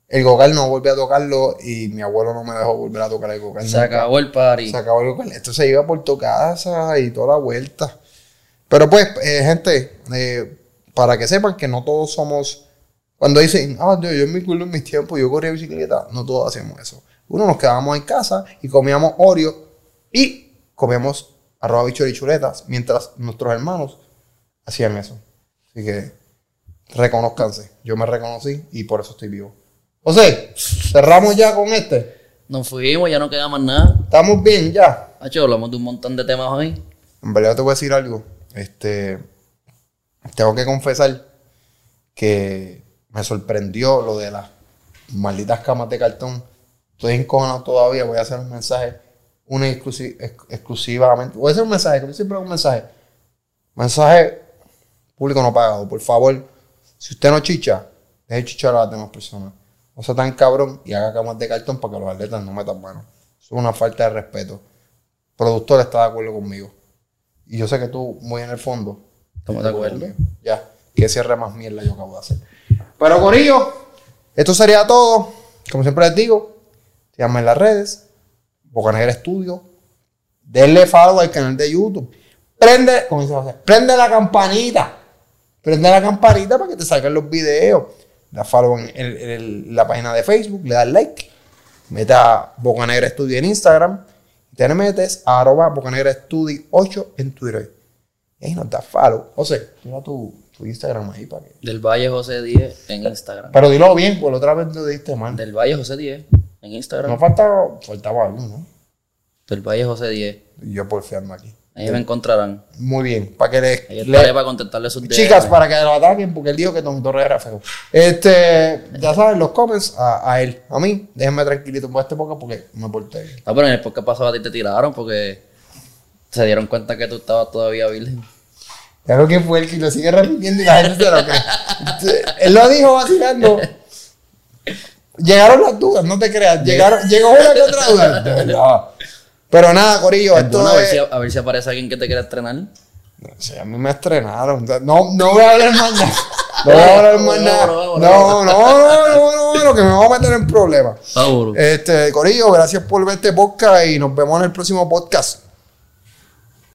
Speaker 1: El gocal no volví a tocarlo y mi abuelo no me dejó volver a tocar el gocal.
Speaker 2: Se acabó el party.
Speaker 1: Se acabó el gocal. Esto se iba por tu casa y toda la vuelta. Pero pues, eh, gente, eh, para que sepan que no todos somos... Cuando dicen, ah, yo, yo en mi culo en mis tiempos, yo corría bicicleta. No todos hacemos eso. Uno nos quedábamos en casa y comíamos Oreo y comíamos arroba bichorichuletas mientras nuestros hermanos hacían eso. Así que reconozcanse. Yo me reconocí y por eso estoy vivo. José, cerramos ya con este.
Speaker 2: Nos fuimos, ya no queda más nada.
Speaker 1: Estamos bien ya.
Speaker 2: Hacho, hablamos de un montón de temas hoy.
Speaker 1: En verdad te voy a decir algo. Este, tengo que confesar que me sorprendió lo de las malditas camas de cartón. Estoy encojonado todavía. Voy a hacer un mensaje, una exclusi- ex- exclusivamente. Voy a hacer un mensaje, como siempre hago un mensaje. Mensaje público no pagado. Por favor, si usted no chicha, deje chichar a las demás personas. No sea tan cabrón y haga camas de cartón para que los atletas no metan mano. Eso es una falta de respeto. El productor está de acuerdo conmigo. Y yo sé que tú, muy en el fondo,
Speaker 2: Estamos de acuerdo.
Speaker 1: ya, que cierre más mierda yo acabo de hacer. Pero Corillo, esto sería todo. Como siempre les digo, síganme en las redes, Bocanegra Estudio, denle follow al canal de YouTube. Prende, ¿cómo se hace? Prende la campanita. Prende la campanita para que te salgan los videos. Da follow en, el- en el- la página de Facebook, le das like. Meta Bocanegra Estudio en Instagram. Y te metes a arroba Bocanegra Estudio 8 en Twitter. Y ahí nos da follow. José, mira tu, tu Instagram ahí para que.
Speaker 2: Del Valle José 10 en Instagram.
Speaker 1: Pero dilo bien, porque la otra vez lo diste mal.
Speaker 2: Del Valle José 10 en Instagram.
Speaker 1: No faltaba, faltaba algo, ¿no?
Speaker 2: Del Valle José 10.
Speaker 1: Y yo porfiarme aquí.
Speaker 2: Ahí me encontrarán.
Speaker 1: Muy bien, para que le,
Speaker 2: Ahí
Speaker 1: le-
Speaker 2: estaré para contestarle sus
Speaker 1: Chicas,
Speaker 2: DMs.
Speaker 1: para que lo ataquen, porque él dijo que Tom Torres era feo. Este, ya saben, los comments a, a él, a mí. Déjenme tranquilito por este poco porque me porté bien.
Speaker 2: No, Ah, pero en el podcast pasado a ti te tiraron porque se dieron cuenta que tú estabas todavía virgen.
Speaker 1: Ya creo que fue él que lo sigue repitiendo y la gente se lo cree. Él lo dijo vacilando. Llegaron las dudas, no te creas. Llegaron, llegó una que otra duda. De verdad. Pero nada, Corillo,
Speaker 2: Es bueno,
Speaker 1: esto
Speaker 2: a, ver si,
Speaker 1: es...
Speaker 2: a ver si aparece alguien que te quiera estrenar.
Speaker 1: No sé, a mí me estrenaron. No, no voy a hablar más nada. No voy a hablar más
Speaker 2: No,
Speaker 1: nada. No,
Speaker 2: no,
Speaker 1: no,
Speaker 2: no,
Speaker 1: no, no, no, no, que me vamos a meter en problemas.
Speaker 2: Seguro.
Speaker 1: Este, Corillo, gracias por ver este podcast y nos vemos en el próximo podcast.